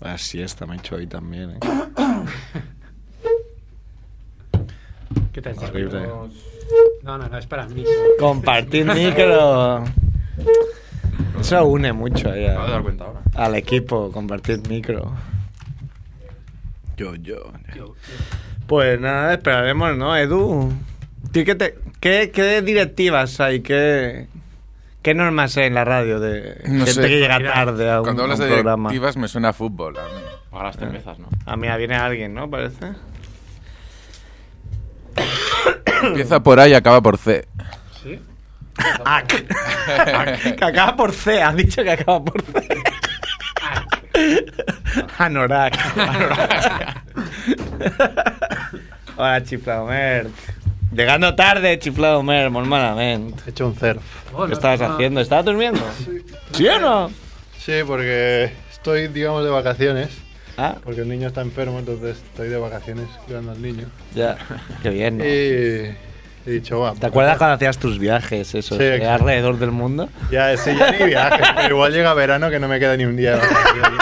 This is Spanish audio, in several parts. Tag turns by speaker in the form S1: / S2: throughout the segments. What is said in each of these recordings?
S1: La siesta me he hecho hoy también, ¿eh?
S2: ¿Qué te has dicho?
S1: Horrible.
S2: No, no, no, es para mí.
S1: Compartir micro. Eso une mucho ahí
S3: Me acabo de dar
S1: a-
S3: cuenta ahora.
S1: al equipo, compartir micro. Yo, yo.
S2: Yo-
S1: Pues nada, esperaremos, ¿no, Edu? ¿Tú qué, te- qué- qué directivas hay? ¿Qué, qué normas hay en la radio de
S4: No
S1: gente
S4: sé.
S1: que llega tarde a un,
S4: Cuando
S1: a un
S4: hablas de
S1: programa?
S4: directivas me suena a fútbol. a mí.
S3: Ahora las cervezas, ¿no?
S1: Ah, mira, viene alguien, ¿no? Parece.
S4: Empieza por A y acaba por C.
S2: ¿Sí?
S1: Ac. Ac. que acaba por C, has dicho que acaba por C.
S2: Ah,
S1: Anorak. Hola, Chiflado Merck. Llegando tarde, Chiflado Merck, malmanamente.
S5: He hecho un surf.
S2: bueno,
S1: ¿Qué estabas
S5: Ah.
S2: no,
S1: haciendo? ¿Estabas durmiendo? ¿Sí o no?
S5: Sí, porque estoy, digamos, de vacaciones.
S1: Ah,
S5: Porque el niño está enfermo, entonces estoy de vacaciones cuidando al niño.
S1: ya. Qué bien, ¿no?
S5: Y he dicho, va.
S1: ¿Te acuerdas cuando hacías tus viajes, eso,
S5: Sí, exacto.
S1: alrededor del mundo?
S5: Ya, sí, ya ni viaje. pero igual llega verano que no me queda ni un día de vacaciones.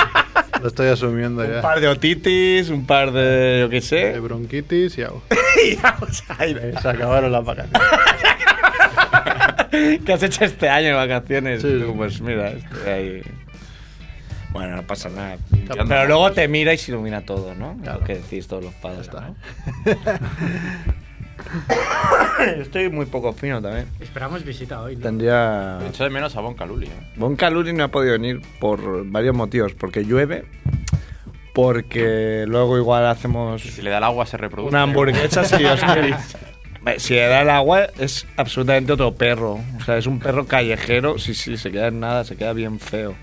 S5: Lo estoy asumiendo
S1: Un
S5: ya.
S1: par de otitis, un par de, yo qué
S5: De
S1: sé.
S5: bronquitis y hago.
S1: Y vamos a ir.
S5: Se acabaron las vacaciones.
S1: ¿Qué has hecho este año en vacaciones?
S5: Sí.
S1: Tú, Pues mira, estoy ahí. Bueno, no pasa nada.
S5: Limpiando.
S1: Pero luego te mira y se ilumina todo, ¿no?
S5: Claro.
S1: Lo que decís todos los padres.
S5: Ya está.
S1: ¿no? Yo estoy muy poco fino también.
S2: Esperamos visita hoy. ¿no?
S1: Tendría.
S3: Echo de menos a Bon Caluli, ¿eh?
S1: Bon Caluri no ha podido venir por varios motivos. Porque llueve, porque luego igual hacemos
S3: Si le da el agua se reproduce.
S1: Una hamburguesa, si Dios quiere. Hombre, Si le da el agua, es absolutamente otro perro. O sea, es un perro callejero. Sí, sí, se queda en nada, se queda bien feo.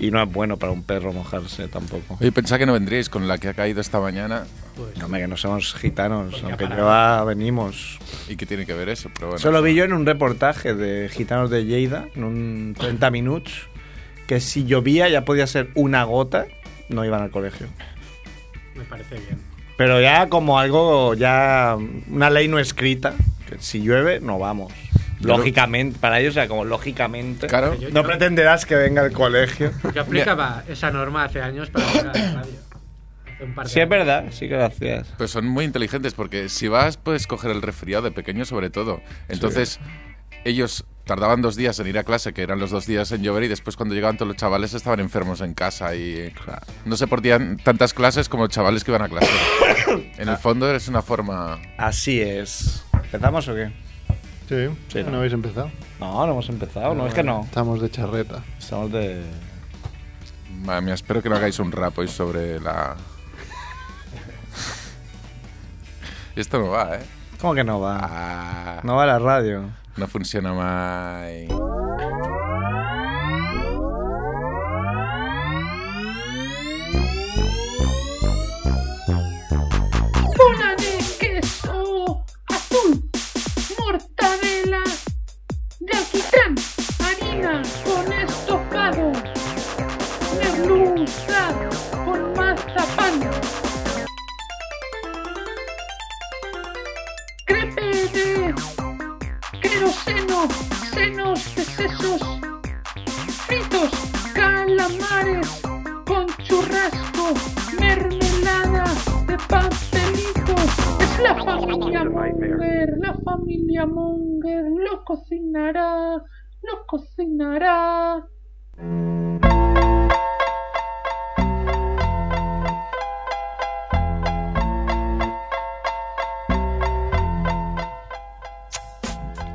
S1: Y no es bueno para un perro mojarse tampoco.
S4: Oye, pensaba que no vendríais con la que ha caído esta mañana.
S2: Pues,
S1: No, hombre, que no somos
S3: Pues,
S1: gitanos, aunque
S2: para.
S1: lleva, venimos.
S4: ¿Y qué tiene que ver eso? Pero bueno.
S1: Eso lo vi yo en un reportaje de gitanos de Lleida, en un 30 minutos, que si llovía ya podía ser una gota, no iban al colegio.
S2: me parece bien.
S1: Pero ya como algo, ya una ley no escrita, que si llueve no vamos.
S4: Yo lo-
S1: Lógicamente, para ellos, o sea, como lógicamente.
S4: Claro.
S2: Yo-
S1: No pretenderás que venga al colegio.
S2: Yo aplicaba esa norma hace años para llegar a la radio. Hace un par de
S1: Sí, es
S2: años.
S1: verdad, sí que lo hacías.
S4: Pero son muy inteligentes porque si vas puedes coger el resfriado de pequeño sobre todo. Entonces ellos tardaban dos días en ir a clase, que eran los dos días en llover, y después cuando llegaban todos los chavales estaban enfermos en casa y no se perdían tantas clases como chavales que iban a clase. en el fondo es una forma...
S1: Así es. ¿Empezamos o qué?
S5: Sí,
S1: Sí, ¿no?
S5: no habéis em- empezado.
S1: No, no hemos empezado, no, es que no.
S5: Estamos de charreta.
S1: Estamos de.
S4: Madre mía, espero que no hagáis un rap hoy sobre la... Esto no va, ¿eh?
S1: ¿Cómo que no va?
S4: Ah,
S1: No va la radio.
S4: no funciona más.
S6: Bola de queso azul, mortadela de alquitrán, harina con estofado, merluza con mazapán, crepe de queroseno, senos de sesos, fritos, calamares con churrasco, mermelada de pastelito. Es la familia Munger, la familia Munger lo cocinará, lo cocinará.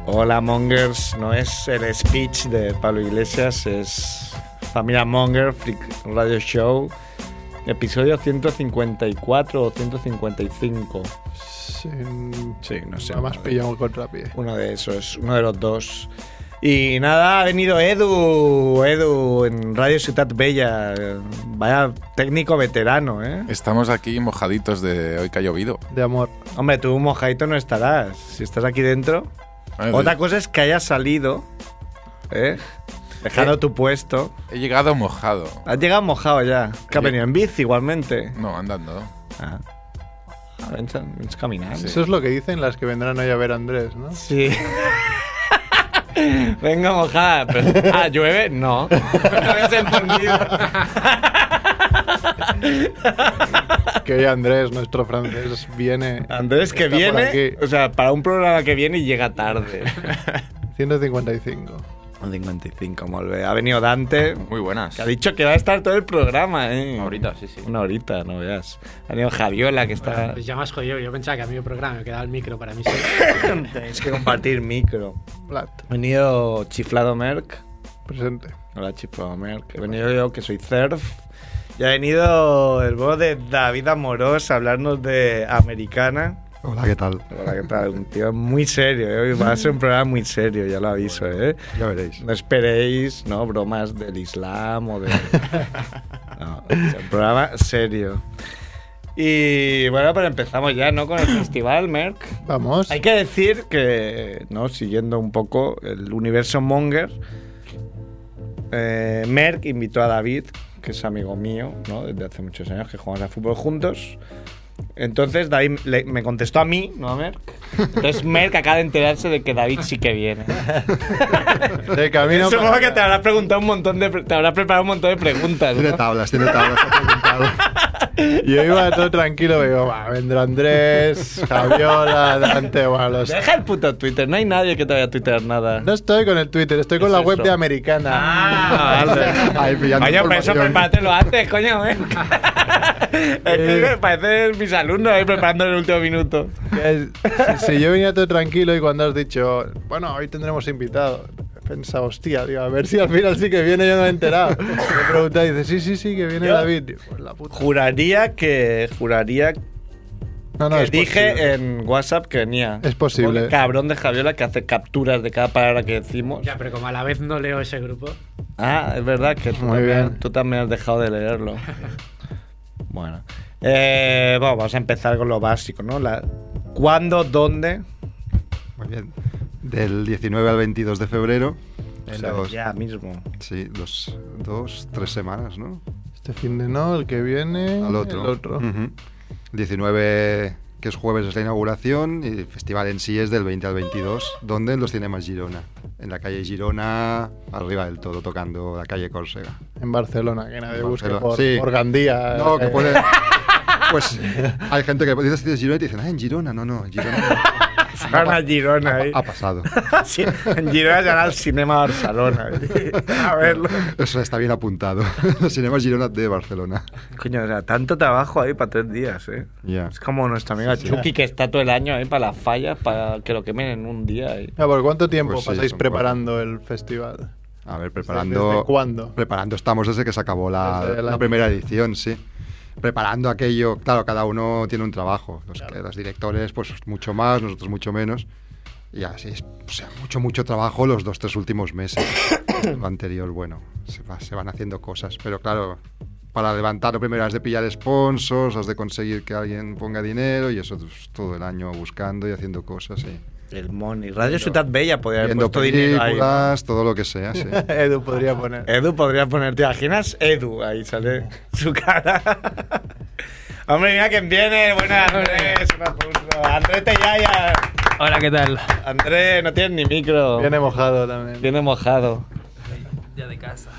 S1: Hola Mongers, no es el speech de Pablo Iglesias, es Familia Monger, Freak Radio Show, episodio 154 o 155.
S5: Sí,
S1: Sí, no sé.
S5: Nada más pillamos con rápido.
S1: Uno de esos, uno de los dos. Y nada, ha venido Edu, Edu en Radio Ciudad Bella. Vaya técnico veterano, ¿eh?
S4: Estamos aquí mojaditos de hoy que ha llovido.
S5: De amor.
S1: Hombre, tú mojadito no estarás. Si estás aquí dentro.
S4: Ah, de-
S1: Otra cosa es que hayas salido, ¿eh? Dejando tu puesto.
S4: He llegado mojado.
S1: Has llegado mojado ya. Que ha
S4: Oye.
S1: venido en bici igualmente.
S4: No, andando.
S1: Ah, Ah, vens, vens caminant.
S4: Sí.
S5: Eso es lo que dicen las que vendrán hoy a ver a Andrés, ¿no?
S1: Sí. Venga mojada. ah, Pero, ah, llueve, no. No habías entendido.
S5: Que hoy Andrés, nuestro francés, viene.
S1: Andrés que
S5: está por
S1: viene,
S5: aquí.
S1: o sea, para un programa que viene y llega tarde.
S5: 155.
S1: 55, molt bé. Ha venido Dante,
S3: Muy buenas.
S1: que ha dicho que va a estar todo el programa, ¿eh?
S3: Ahorita, sí, sí.
S1: Una horita, no veas. Ha venido Javiola, que está...
S2: Pues ya más jodido. Yo pensaba que a mí el programa me quedaba el micro para mí.
S1: Tenéis que compartir micro.
S5: Plat,
S1: Ha venido Chiflado Merck.
S5: presente.
S1: Hola, Chiflado Merck. He venido yo, que soy Cerf. Y ha venido el voz de David Amorós a hablarnos de Americana.
S7: Hola, ¿qué tal?
S1: Hola, ¿qué tal? Un tío muy serio, ¿eh? Hoy va a ser un programa muy serio, ya lo aviso, ¿eh?
S7: Ya veréis.
S1: No esperéis, ¿no? Bromas del Islam o de... No, es un programa serio. Y bueno, pero empezamos ya, ¿no? Con el festival, Merck.
S5: Vamos.
S1: Hay que decir que, ¿no? Siguiendo un poco el universo Monger, eh, Merck invitó a David, que es amigo mío, ¿no? Desde hace muchos años que jugamos al fútbol juntos. Entonces David le- me contestó a mí, ¿no a Merck? Entonces Merck acaba de enterarse de que David sí que viene.
S5: De camino.
S1: Supongo
S5: para-
S1: que te habrás preguntado un montón de pre- te habrás preparado un montón de preguntas.
S7: Tiene
S1: ¿no?
S7: tablas, tiene tablas. ha preguntado.
S5: Y yo iba todo tranquilo, digo, va, vendrá Andrés, Javiola, Dante, bueno, los-
S1: Deja el puto Twitter, no hay nadie que te vaya a tuitear nada.
S5: No estoy con el Twitter, estoy con
S1: ¿Qué
S5: la
S1: es
S5: web
S1: eso?
S5: de Americana.
S1: Ah, vale.
S7: Ahí pillando
S1: Coño, por eso
S7: información.
S1: prepáratelo antes, coño, ¿eh? Es que
S5: Eh.
S1: me parecen mis alumnos ahí preparando el último minuto.
S5: Que es- si yo venía todo tranquilo y cuando has dicho, bueno, hoy tendremos invitado, he pensado, hostia, digo, a ver si al final sí que viene, yo no me he enterado. Me pregunta y dice, sí, sí, sí, que viene
S1: Yo-
S5: David. Digo, pues la puta.
S1: Juraría que. Juraría
S5: No, no,
S1: que
S5: es
S1: dije eh,
S5: posible.
S1: en WhatsApp que venía.
S5: Es posible.
S1: Porque Cabrón de Javiola que hace capturas de cada palabra que decimos.
S2: Ya, pero como a la vez no leo ese grupo.
S1: Ah, es verdad que tú,
S5: Muy
S1: también,
S5: bien.
S1: tú también has dejado de leerlo. bueno. Eh, bueno, vamos a empezar con lo básico, ¿no? La, ¿Cuándo? ¿Dónde?
S7: Muy bien. Del 19 al 22 de febrero.
S1: O
S7: en
S1: sea,
S7: los-
S1: ya mismo.
S7: Sí, dos, dos, tres semanas, ¿no?
S5: Este fin de no, el que
S1: Mm,
S5: viene.
S7: Al otro.
S5: El otro.
S7: Ujú. 19, que es jueves, es la inauguración y el festival en sí es del 20 al 22, donde en los cinemas Girona. En la calle Girona, arriba del todo, tocando la calle Córcega.
S5: En Barcelona, que nadie
S7: En
S5: busque
S7: Barcelona,
S5: por,
S7: sí.
S5: por Gandía.
S7: No, que
S5: eh,
S7: pone. Pues hay gente que dice dices Girona y te dicen, ah, en Girona, no, no, en Girona. no.
S1: Van a Girona ¿eh? ahí.
S7: Ha pasado.
S1: Sí, en Girona se hará el Cinema Barcelona. A verlo.
S7: Eso está bien apuntado. Los cinemas Girona de Barcelona.
S1: Coño, o sea, tanto trabajo ahí para tres días, ¿eh?
S7: Ya.
S1: Es como nuestra amiga Chucky que está todo el año ahí para las fallas, para que lo quemen en un día. ahí.
S5: Ah, ¿Por cuánto tiempo
S7: Pues sí,
S5: pasáis
S7: son
S5: preparando el festival?
S7: A ver,
S5: ¿Desde,
S7: preparando.
S5: desde cuándo?
S7: Preparando estamos desde que se acabó la,
S5: Desde la-
S7: la primera edición, sí. Preparando aquello, claro, cada uno tiene un trabajo. Los, que- los directores, pues mucho más, nosotros mucho menos. Y así es, o sea, mucho, mucho trabajo los dos, tres últimos meses. Lo anterior, bueno, se, va- se van haciendo cosas. Pero claro, para levantarlo primero has de pillar sponsors, has de conseguir que alguien ponga dinero y eso pues, todo el año buscando y haciendo cosas. Y
S1: El Moni. Radio Ciudad Bella podría haber
S7: viendo
S1: puesto dinero ahí.
S7: películas, todo lo que sea, sí.
S5: Edu podría poner.
S1: Edu podría poner, ¿te imaginas? Edu, ahí sale su cara. Hombre, mira quién viene. Buenas, Andrés. Un aplauso. Andrés Tellaya.
S8: Hola, ¿qué tal?
S1: Andrés, no tienes ni micro.
S5: Viene mojado también.
S1: Viene mojado.
S8: Ya de casa.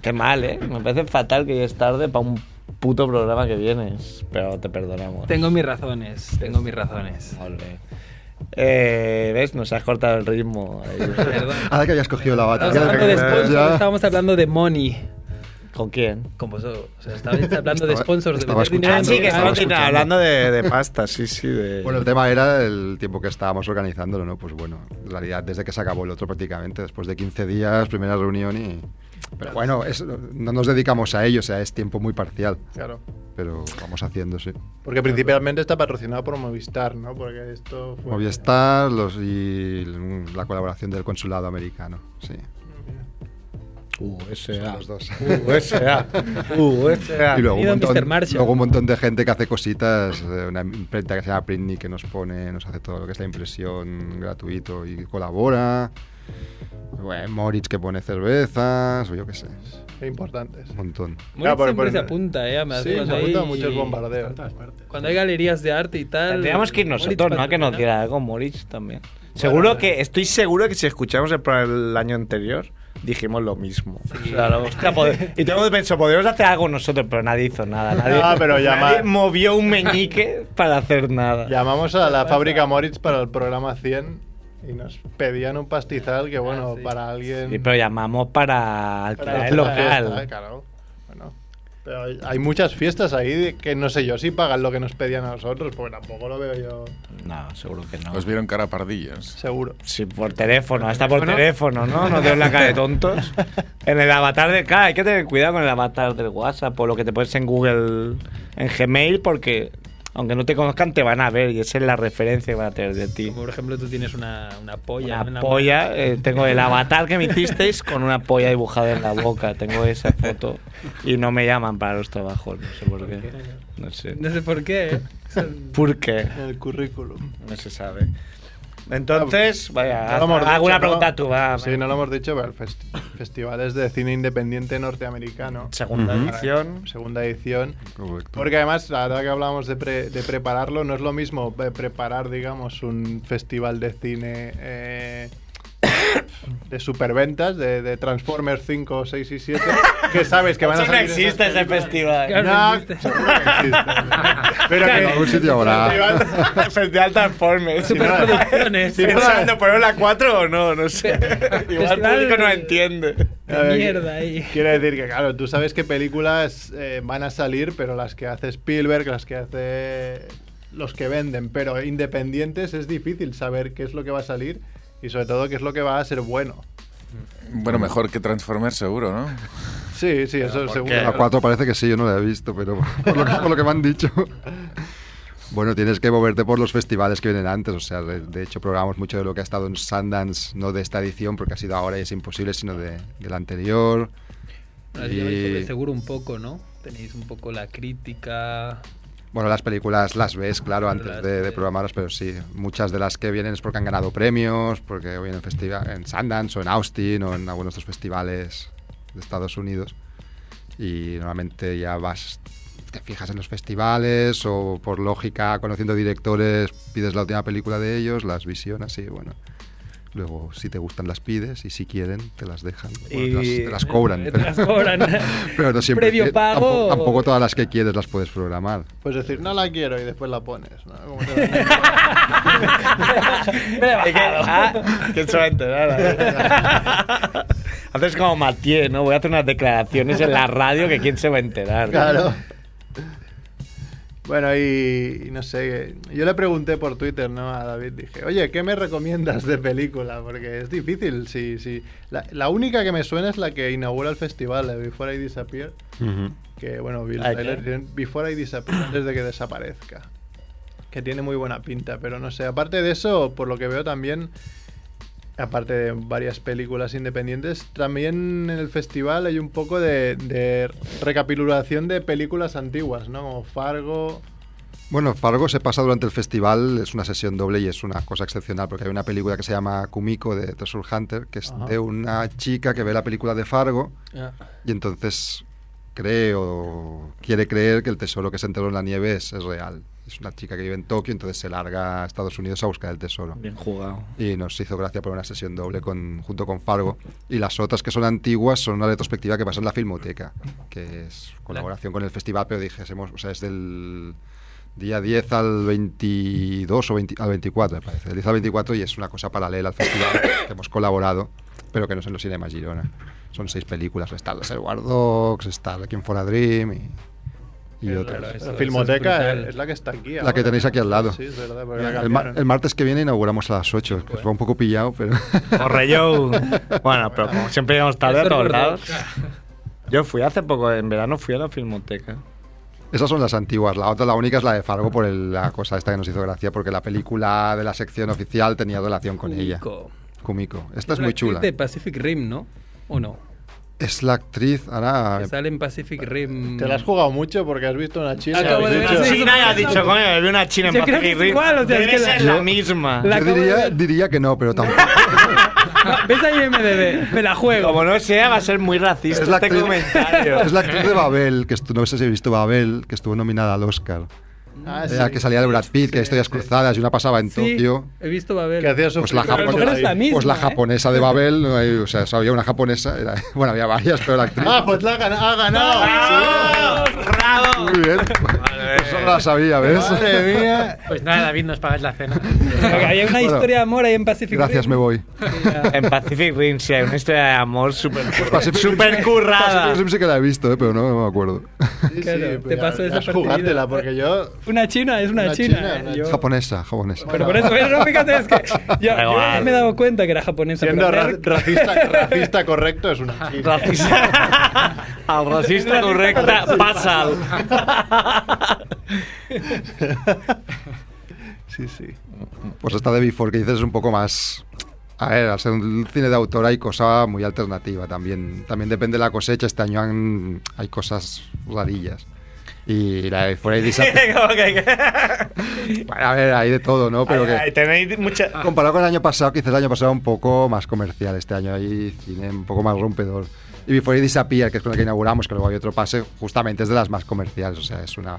S1: Qué mal, ¿eh? Me parece fatal que llegues tarde para un puto programa que vienes. Pero te perdonamos.
S8: Tengo mis razones, tengo mis razones.
S1: Ole. Eh, ¿Ves? Nos has cortado el ritmo. ahí.
S8: Perdón.
S7: Ahora que habías cogido la bata.
S8: Estábamos
S7: ya-
S8: hablando de sponsors,
S7: ya-
S8: estábamos hablando de money.
S1: ¿Con quién?
S8: Con vosotros. O sea, estábamos hablando de
S7: Estaba-
S8: sponsors, de
S7: estaba
S8: meter
S7: escuchando.
S8: dinero. en
S7: Ah, sí, que
S8: los
S7: estaba
S8: bancos.
S7: escuchando.
S1: hablando de, de pasta, sí, sí. De...
S7: Bueno, el tema era el tiempo que estábamos organizándolo, ¿no? Pues bueno, en realidad desde que se acabó el otro prácticamente, después de 15 días, primera reunión y... Pero bueno, es- no nos dedicamos a ello, o sea, es tiempo muy parcial,
S5: Claro.
S7: pero vamos haciendo, sí.
S5: Porque principalmente está patrocinado por Movistar, ¿no? Porque esto fue...
S7: Movistar los, y la colaboración del consulado americano, sí.
S1: USA.
S7: Son los dos.
S1: USA. USA.
S7: Y luego un,
S8: Bienvenido, Mr.
S7: montón,
S8: Marshall.
S7: luego un montón de gente que hace cositas, eh, una imprenta que se llama Printnik que nos pone, nos hace todo lo que es la impresión gratuito y colabora. Bueno, Moritz que pone cervezas, o yo qué sé,
S5: Qué importantes.
S7: un montón.
S8: Muy
S5: Claro, Ah, por-
S8: siempre
S5: por-
S8: se apunta, eh. Me
S5: Sí,
S8: cuando
S5: se apuntan
S8: hay-
S5: muchos
S2: Está
S5: bombardeos.
S2: en todas partes.
S8: Cuando hay galerías de arte y tal.
S1: Tendríamos que ir
S8: Moritz
S1: nosotros, ¿no? Que nos
S8: patrocina.
S5: eh.
S1: diera algo Moritz también. Seguro que, estoy seguro que si escuchamos el, programa el año anterior, dijimos lo mismo. Claro, hostia, poder- y todo el mundo pensó, podríamos hacer algo nosotros, pero nadie hizo nada. Nadie,
S5: Ah, pero llama-
S1: nadie movió un meñique para hacer nada.
S5: Llamamos a la fábrica Moritz para el programa 100 y nos pedían un pastizal que, bueno,
S8: Ah, sí.
S5: para alguien.
S1: Sí, pero llamamos para
S5: para
S1: alquilar
S5: hacer
S1: el
S5: la
S1: local.
S5: fiesta, claro. Bueno, pero hay, hay muchas fiestas ahí de que no sé yo si pagan lo que nos pedían a nosotros, porque tampoco lo veo yo
S1: No, seguro que no.
S4: Os vieron cara pardillas.
S5: seguro.
S1: Sí, por teléfono, hasta por teléfono, ¿no? No te la cara de tontos. En el avatar de. Claro, hay que tener cuidado con el avatar del WhatsApp o lo que te pones en Google, en Gmail, porque aunque no te conozcan, te van a ver y esa es la referencia que van a tener de ti.
S8: Como por ejemplo tú tienes una, una polla.
S1: Una polla, eh, tengo el avatar que me hicisteis con una polla dibujada en la boca, tengo esa foto y no me llaman para los trabajos, no sé por qué. No sé.
S8: No sé por qué. ¿eh? Son-
S1: ¿Por qué?
S5: En el currículum.
S1: No se sabe. Entonces, Ah, vaya,
S5: No lo hemos
S1: haz- alguna
S5: dicho, ¿no?
S1: pregunta tú, va.
S5: Sí, no lo hemos dicho, pero el festi- festival es de cine independiente norteamericano.
S1: Segunda
S7: Ujú.
S1: edición.
S5: Segunda edición.
S7: Correcto.
S5: Porque además, ahora que hablábamos de, pre- de prepararlo, no es lo mismo eh, preparar, digamos, un festival de cine eh, de superventas, de, de Transformers 5, 6 y 7, que sabes que van a
S1: Eso no
S5: salir.
S1: existe
S5: esas
S1: ese festival.
S5: No,
S8: Claro,
S5: seguro que
S8: existe.
S5: existe. Pero que-
S7: En algún sitio habrá.
S1: Festival- Festival Transformers.
S8: Superproducciones.
S5: Sí,
S1: Pensando, ¿poner la 4 o no? No sé. Igual el
S8: Festival-
S1: público no entiende.
S5: A ver,
S8: mierda ahí.
S5: Quiero decir que, claro, tú sabes qué películas eh, van a salir, pero las que hace Spielberg, las que hace los que venden, pero independientes es difícil saber qué es lo que va a salir y sobre todo qué es lo que va a ser bueno.
S4: Bueno, mejor que Transformers seguro, ¿no?
S5: Sí, sí, eso es seguro.
S7: La 4 parece que sí, yo no la he visto, pero por lo que, por lo que me han dicho. Bueno, tienes que moverte por los festivales que vienen antes. O sea, de, de hecho, programamos mucho de lo que ha estado en Sundance, no de esta edición, porque ha sido ahora y es imposible, sino de, de la anterior.
S8: Bueno, así que vais sobre
S7: Y-
S8: seguro un poco, ¿no? Tenéis un poco la crítica.
S7: Bueno, las películas las ves, claro, antes
S8: Las
S7: de, de
S8: ves.
S7: programarlas, pero sí, muchas de las que vienen es porque han ganado premios, porque vienen en, festiva- en Sundance o en Austin o en algunos de estos festivales de Estados Unidos. Y normalmente ya vas, te fijas en los festivales o por lógica, conociendo directores, pides la última película de ellos, las visionas y bueno. Luego, si te gustan, las pides y si quieren, te las dejan. Bueno, te, las,
S1: Y-
S7: te las cobran.
S8: Te
S7: pero-
S8: las cobran.
S7: pero no siempre.
S8: Previo
S7: eh,
S8: pago.
S7: Tampoco, tampoco todas las que quieres las puedes programar.
S5: Pues decir, no la quiero y después la pones. ¿no? Como te-
S1: Es que, ah, que se va a enterar. a ver. Haces como Mathieu, ¿no? Voy a hacer unas declaraciones en la radio que quién se va a enterar.
S5: Claro. Bueno, y, y no sé, yo le pregunté por Twitter, ¿no? A David, dije, oye, ¿qué me recomiendas de película? Porque es difícil, si, si... La, la única que me suena es la que inaugura el festival, de Before I Disappear, que, bueno, vi el
S1: Ah,
S5: tráiler,
S1: ya.
S5: tiene Before I Disappear, antes de que desaparezca, que tiene muy buena pinta, pero no sé, aparte de eso, por lo que veo también, aparte de varias películas independientes, también en el festival hay un poco de, de recapitulación de películas antiguas, ¿no? Como Fargo.
S7: Bueno, Fargo se pasa durante el festival, es una sesión doble y es una cosa excepcional porque hay una película que se llama Kumiko de Treasure Hunter, que es
S5: Ajá.
S7: de una chica que ve la película de Fargo y entonces cree o quiere creer que el tesoro que se enteró en la nieve es, es real. Es una chica que vive en Tokio, entonces se larga a Estados Unidos a buscar el tesoro.
S1: Bien jugado.
S7: Y nos hizo gracia por una sesión doble con, junto con Fargo. Y las otras que son antiguas son una retrospectiva que pasa en la Filmoteca, que es colaboración con el festival, pero dijésemos, o sea, es del día 10 al 22 o 20 al 24, me parece. Del 10 al 24 y es una cosa paralela al festival que hemos colaborado, pero que no es en los cinemas Girona. Son seis películas, está el War Dogs, está Requiem for a Dream y, y
S5: que es
S7: otras.
S5: la-
S8: Claro, eso-
S5: la
S8: eso es
S5: Filmoteca
S8: brutal.
S5: es, es la que está aquí.
S7: La
S5: ahora.
S7: que tenéis aquí al lado.
S5: Sí, es verdad. porque la
S7: El, ma-
S5: cambiaron.
S7: el martes que viene inauguramos a las 8, que os va un poco pillado, pero...
S1: Corre yo. Bueno, pero como siempre llegamos tarde a
S8: Eso es
S1: todos
S8: verdad.
S1: lados. Yo fui hace poco, en verano fui a la filmoteca.
S7: Esas son las antiguas. La otra, la única es la de Fargo por el- la cosa esta que nos hizo gracia, porque la película de la sección oficial tenía relación con ella.
S8: Kumiko.
S7: Kumiko. Esta es
S8: una
S7: muy
S8: actriz
S7: chula.
S8: de Pacific Rim, ¿no? ¿O no?
S7: Es la actriz, ahora... eh,
S8: Que sale en Pacific Rim.
S5: Te la has jugado mucho porque has visto una china.
S8: Acabo de
S5: habéis
S8: ver
S5: dicho.
S1: Una
S8: sí.
S1: china ya ha dicho, coño, me Eh, vi una china en
S8: Yo creo que
S1: Pacific
S8: es
S1: Rim.
S8: igual, o sea, es
S1: Debe
S8: que la-
S1: ser la,
S8: yo-
S1: misma.
S8: la
S7: Yo
S8: acabo de
S7: diría,
S8: ver.
S7: diría que no, pero tampoco...
S8: Ah, ¿Ves ahí MDB? Me la juego.
S1: Como no sea, va a ser muy racista
S7: es, la
S1: este
S7: actriz,
S1: comentario.
S7: es la actriz de Babel, que estu- no sé si habéis visto Babel, que estuvo nominada al Oscar.
S5: Ah,
S7: Era que salía de Brad Pitt, que historias cruzadas y una pasaba en
S8: Sí,
S7: Tokio.
S8: he visto Babel.
S5: Que hacía
S8: Pero
S7: Pues la,
S5: Pero a lo
S7: japonesa-
S5: mejor es la
S8: misma,
S7: pues la
S8: ¿eh?
S7: japonesa de Babel, no hay- o sea, había una japonesa, era- bueno, había varias, pero la actriz.
S5: Ah, pues la ha ganado. Ha ganado. Sí.
S8: Ah, ¡Bravo!
S7: Muy bien.
S2: Eh,
S7: Eso no la sabía, ¿ves?
S5: Madre mía.
S2: Pues nada, David, nos pagas la cena.
S8: Había una
S7: Bueno.
S8: historia de amor ahí en Pacific
S7: Gracias, me
S8: Rim.
S7: voy.
S1: En Pacific Rim sí hay una historia de amor súper
S7: Pacific Rim-
S1: súper currada.
S7: Pacific Rim sí que la he visto, eh, pero no me acuerdo.
S5: Sí,
S8: Claro,
S5: sí,
S8: te
S5: pero
S8: paso
S5: ya
S8: esa
S5: es
S8: partida.
S5: jugártela, porque yo.
S8: Una china, es una,
S5: Una
S8: china.
S5: china, una
S8: yo-
S7: Japonesa, japonesa.
S8: Pero por eso, no, fíjate, es que yo,
S1: Da
S8: yo
S1: igual.
S8: me he dado cuenta que era japonesa.
S5: Siendo
S8: pero-
S5: ra- racista, racista correcto es una.
S1: Racista. Al racista correcta, pasa.
S5: Sí, sí.
S7: Pues esta de Before que dices es un poco más. A ver, al ser un cine de autor hay cosa muy alternativa también. También depende de la cosecha. Este año han- hay cosas rarillas. Y la de Before I Disappear- Bueno, a ver, hay de todo, ¿no? Pero que.
S1: Tenéis mucha.
S7: Comparado con el año pasado, quizás el año pasado un poco más comercial, este año hay cine un poco más rompedor. Y Before You Disappear, que es con la que inauguramos, que luego hay otro pase, justamente es de las más comerciales, o sea, es una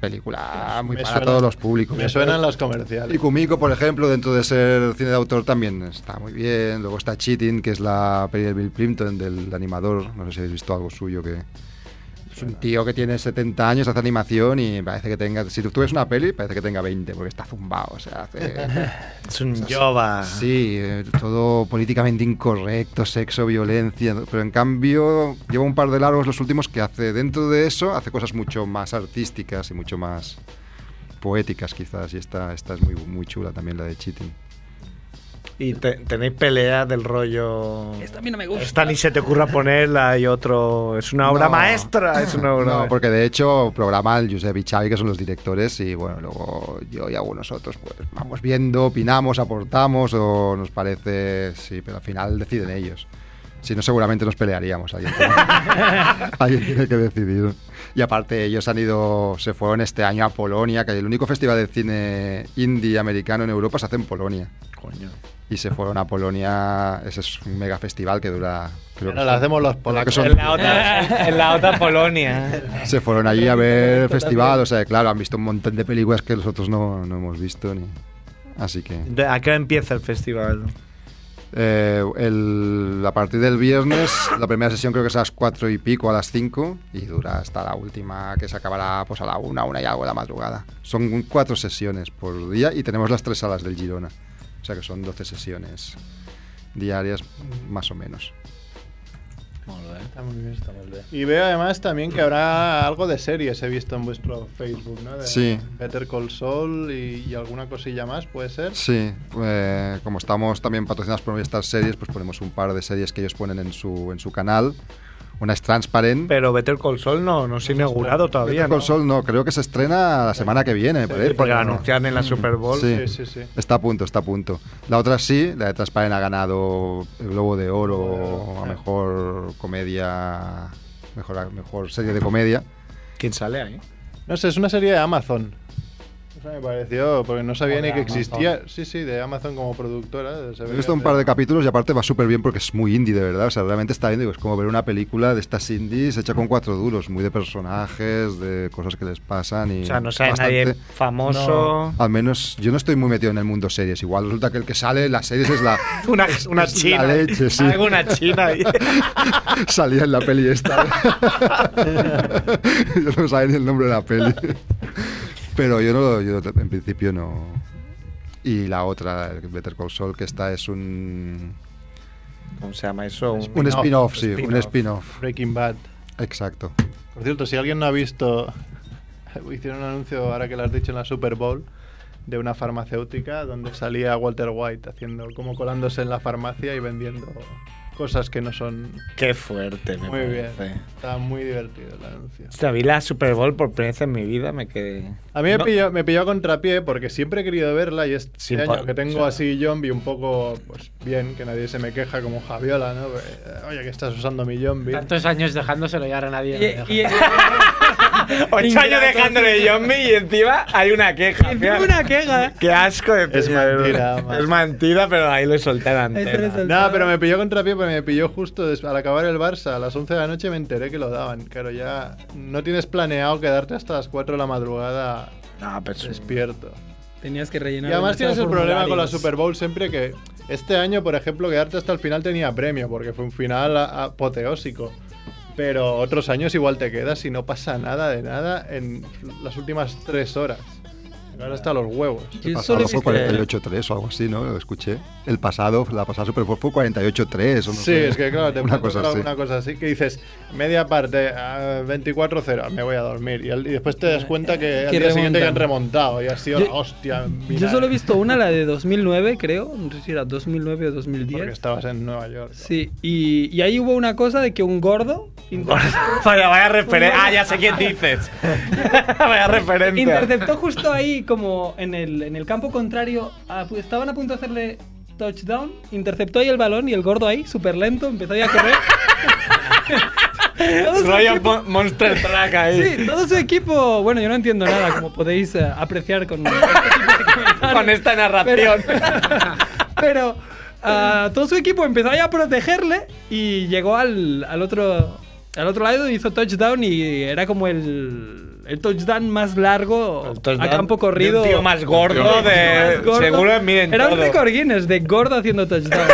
S7: película muy
S5: Me
S7: para
S5: suena-
S7: todos los públicos.
S5: Me suenan las
S7: Y
S5: comerciales.
S7: Kumiko, por ejemplo, dentro de ser cine de autor también está muy bien. Luego está Cheating, que es la peli de Bill Plimpton, del animador. No sé si habéis visto algo suyo que... Es un tío que tiene 70 años, hace animación y parece que tenga... Si tú ves una peli, parece que tenga 20, porque está zumbado, o sea, hace...
S1: Es un yoba.
S7: Sí, eh, todo políticamente incorrecto, sexo, violencia, ¿no? pero en cambio lleva un par de largos los últimos que hace dentro de eso, hace cosas mucho más artísticas y mucho más poéticas quizás, y esta, esta es muy, muy chula también la de Cheating.
S1: Y te- tenéis pelea del rollo.
S8: Esta a mí no me gusta.
S1: Esta ni se te ocurra ponerla y otro. Es una obra
S7: No.
S1: maestra. Es una obra.
S7: No, porque de hecho programa el Giuseppe y Xavi, que son los directores, y bueno, luego yo y algunos otros, pues vamos viendo, opinamos, aportamos, o nos parece, sí, pero al final deciden ellos. Si no, seguramente nos pelearíamos. Alguien tiene, alguien tiene que decidir. Y aparte, ellos han ido, se fueron este año a Polonia, que el único festival de cine indie americano en Europa se hace en Polonia.
S1: Coño.
S7: Y se fueron a Polonia, ese es un mega festival que dura. Creo que
S5: Ahora la
S7: son-
S5: hacemos los
S7: creo que
S5: polacos.
S7: son
S1: En la otra, en la otra Polonia.
S7: se fueron allí a ver el festival, o sea, claro, han visto un montón de películas que nosotros no, no hemos visto. Ni... Así que
S1: ¿De- ¿A qué hora empieza el festival?
S7: eh, el- a partir del viernes, la primera sesión creo que es a las 4 y pico, a las 5, y dura hasta la última, que se acabará pues a la 1, 1 y algo de la madrugada. Son cuatro sesiones por día y tenemos las tres salas del Girona, o sea que son 12 sesiones diarias más o menos.
S5: Está muy bien, está muy bien. Y veo además también que habrá algo de series, he visto en vuestro Facebook, ¿no? De
S7: Sí.
S5: Better Call Saul y, y alguna cosilla más, puede ser.
S7: Sí, eh, como estamos también patrocinados por estas series, pues ponemos un par de series que ellos ponen en su, en su canal. Una es transparente.
S1: Pero Better Call Saul no, no se ha inaugurado todavía.
S7: Better Call
S1: ¿no?
S7: Saul no, creo que se estrena la semana que viene, me parece.
S1: Porque la
S7: ¿no?
S1: anuncian en la Super Bowl.
S7: Sí.
S5: sí, sí. sí.
S7: Está a punto, está a punto. La otra sí, la de Transparent ha ganado el Globo de Oro a mejor comedia, mejor, mejor serie de comedia.
S1: ¿Quién sale ahí?
S5: No sé, es una serie de Amazon. Eso me pareció, porque no sabía ni que existía. Sí, sí, de Amazon como productora. se
S7: He
S5: veía
S7: visto un
S5: de-
S7: par de capítulos y aparte va súper bien porque es muy indie, de verdad. O sea, realmente está viendo, es como ver una película de estas indies hecha con cuatro duros, muy de personajes, de cosas que les pasan y.
S1: O sea, no sale
S7: bastante-
S1: nadie famoso.
S7: Al menos yo no estoy muy metido en el mundo series. Igual resulta que el que sale en las series es la.
S1: Una, una
S7: es la
S1: china.
S7: leche, sí.
S1: Alguna china. ahí.
S7: Salía en la peli esta. yo no sabía ni el nombre de la peli. Pero yo no lo- yo en principio no. Y la otra, Better Call Saul, que esta es un.
S1: ¿Cómo se llama eso? Un-
S7: Un spin-off, sí,
S5: spin-off.
S7: un spin-off.
S5: Breaking Bad.
S7: Exacto.
S5: Por cierto, si alguien no ha visto. Hicieron un anuncio, ahora que lo has dicho, en la Super Bowl de una farmacéutica donde salía Walter White haciendo como colándose en la farmacia y vendiendo cosas que no son.
S1: Qué fuerte, me
S5: Muy bien.
S1: parece.
S5: Está muy divertido el anuncio.
S1: Hostia, vi la Super Bowl por primera vez en mi vida, me quedé.
S5: A mí me,
S1: No,
S5: pilló, me pilló a contrapié porque siempre he querido verla y este
S1: Sin
S5: año
S1: pa-
S5: que tengo
S1: o sea-
S5: así zombie un poco pues bien, que nadie se me queja como Javiola, Pues, ¿no? Porque, eh, Oye, que estás usando mi zombie.
S2: Tantos años dejándoselo y ahora nadie.
S8: Y,
S2: lo deja.
S8: y-
S1: Ocho años dejándolo de John y encima hay una queja.
S8: Encima una queja.
S1: Qué asco de
S5: Es
S1: peña, de
S5: mentira,
S1: verdad.
S5: macho.
S1: Es mentira, pero ahí le solté la
S8: Ahí se le
S1: antena.
S8: soltó.
S5: No, pero me pilló contrapié porque me pilló justo des- al acabar el Barça. A las 11 de la noche me enteré que lo daban. Claro, ya no tienes planeado quedarte hasta las 4 de la madrugada
S1: No, pero es-
S5: despierto.
S8: Tenías que rellenar.
S5: Y además tienes el problema con la
S8: las
S5: Super Bowl siempre que este año, por ejemplo, quedarte hasta el final tenía premio porque fue un final a- apoteósico. Pero otros años igual te quedas y no pasa nada de nada en las últimas 3 horas. Ahora hasta los huevos.
S7: El
S8: Yo
S7: pasado
S8: solo
S7: fue
S8: que-
S7: 48-3 o algo así, ¿no? Lo escuché. El pasado, la pasada Super Bowl fue 48-3. o no
S5: Sí,
S7: sé.
S5: es que claro, te
S7: Una
S5: una
S7: cosa así.
S5: una cosa así que dices, media parte, ah, 24-0, me voy a dormir. Y, al- y después te das cuenta que al
S8: Eh, Que
S5: día siguiente que han
S8: remontan.
S5: remontado y ha sido
S8: Yo-
S5: la hostia.
S8: Yo
S5: mira,
S8: solo he visto una, la de 2009, creo. No sé si era 2009 o
S5: Porque
S8: 2010.
S5: estabas en Nueva York.
S8: Sí, y, y ahí hubo una cosa de que un gordo inter-
S1: Vaya, vaya referencia. Ah, ya sé quién dices. vaya referencia.
S8: interceptó justo ahí, como en el, en el campo contrario. a- estaban a punto de hacerle touchdown, interceptó ahí el balón y el gordo ahí, súper lento, empezó ahí a correr. Todo su
S1: Rollo mo-
S8: equipo-
S1: Monster Track ahí.
S8: Sí, todo su equipo. Bueno, yo no entiendo nada, como podéis eh, apreciar con, este tipo de comentarios.
S1: Con esta narración.
S8: Pero ah, todo su equipo empezó ahí a protegerle y llegó al, al otro al otro lado y hizo touchdown y era como el, el touchdown más largo
S1: El touchdown
S8: a campo corrido.
S1: de un tío más gordo
S4: Un tío
S1: de-
S8: más gordo.
S1: seguro miren
S8: Era un
S1: todo.
S8: récord Guinness de gordo haciendo touchdown.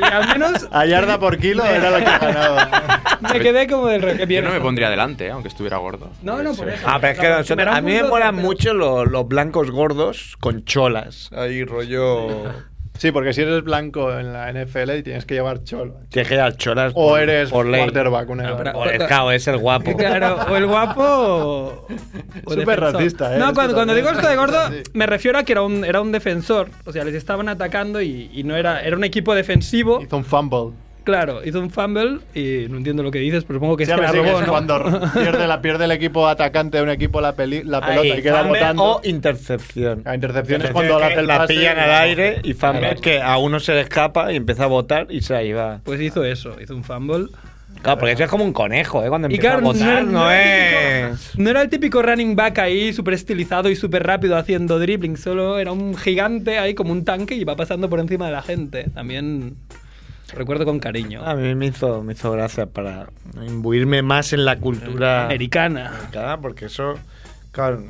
S8: y al menos
S5: A yarda por kilo era lo que ganaba.
S8: me quedé como del récord
S3: Yo no me pondría delante, eh, aunque estuviera gordo.
S8: No, no, por
S3: Sí.
S8: eso.
S1: Ah, pero es que
S8: Claro,
S1: nosotros-
S8: superar
S1: a mí me
S8: mundos,
S1: molan
S8: pero-
S1: mucho lo- los blancos gordos con cholas. Ahí rollo.
S5: Sí, porque si eres blanco en la NFL y tienes que llevar cholo. ¿eh?
S1: Tienes que ir al cholas.
S5: O eres
S1: por ley.
S5: quarterback, una
S8: No,
S5: de
S8: pero-
S5: las
S1: O el cao, es el guapo.
S8: Claro, o el guapo o.
S5: Súper racista, ¿eh?
S8: No, cuando, cuando
S5: Esto también.
S8: digo esto de gordo,
S5: Sí.
S8: me refiero a que era un, era un defensor. O sea, les estaban atacando y, y no era. Era un equipo defensivo.
S5: dos. Hizo un fumble.
S8: Claro, hizo un fumble y no entiendo lo que dices, pero supongo que es
S5: Ya
S8: que
S5: me
S8: la
S5: sigues,
S8: robó, ¿no?
S5: Cuando r- pierde, la, pierde el equipo atacante de un equipo la, peli- la pelota
S1: Ahí,
S5: y queda
S1: fumble
S5: botando.
S1: O intercepción.
S5: La intercepción es
S1: Intercepción
S5: cuando
S1: que
S5: la hace el
S1: la
S5: pase.
S1: pillan al aire y fumble
S5: Claro.
S1: que a uno se le escapa y empieza a botar y se ahí va.
S8: Pues hizo eso, hizo un fumble.
S1: Claro, porque eso es como un conejo, ¿eh? Cuando
S8: Y
S1: empieza
S8: claro,
S1: a botar,
S8: no,
S1: no Eh.
S8: era el
S1: es.
S8: típico, no era el típico running back ahí, súper estilizado y súper rápido haciendo dribbling, solo era un gigante ahí como un tanque y va pasando por encima de la gente. También recuerdo con cariño.
S1: A mí me hizo, me hizo gracia para imbuirme más en la cultura
S8: Americana.
S1: americana, porque eso, claro,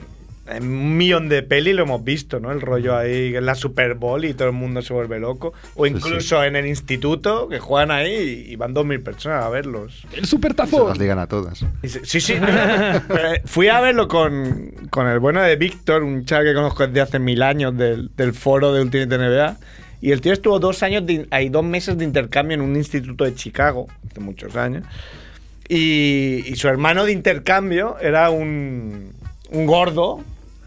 S1: en un millón de peli lo hemos visto, ¿no? El rollo ahí en la Super Bowl y todo el mundo se vuelve loco. O incluso en el instituto que juegan ahí y van dos mil personas a verlos.
S8: El super
S7: Se las ligan a todas.
S1: Y se- Sí, sí. Pero, eh, Fui a verlo con, con el bueno de Víctor, un chaval que conozco desde hace mil años del, del foro de Ultimate NBA. Y el tío estuvo dos años, de- hay dos meses de intercambio en un instituto de Chicago, hace muchos años. Y, y su hermano de intercambio era un, un gordo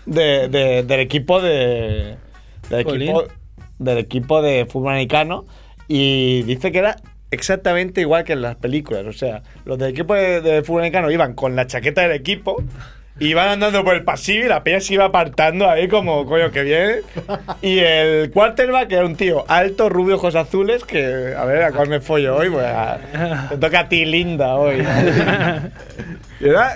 S1: de- de- del equipo de. Del
S8: Jolín.
S1: equipo, del equipo de fútbol americano. Y dice que era exactamente igual que en las películas. O sea, los del equipo de, de fútbol americano iban con la chaqueta del equipo. Iban andando por el pasillo y la peña se iba apartando ahí como, coño, que bien. Y el quarterback era un tío alto, rubio, ojos azules, que, a ver, a cuál me follo hoy, pues a- te toca a ti, linda, hoy. Y era,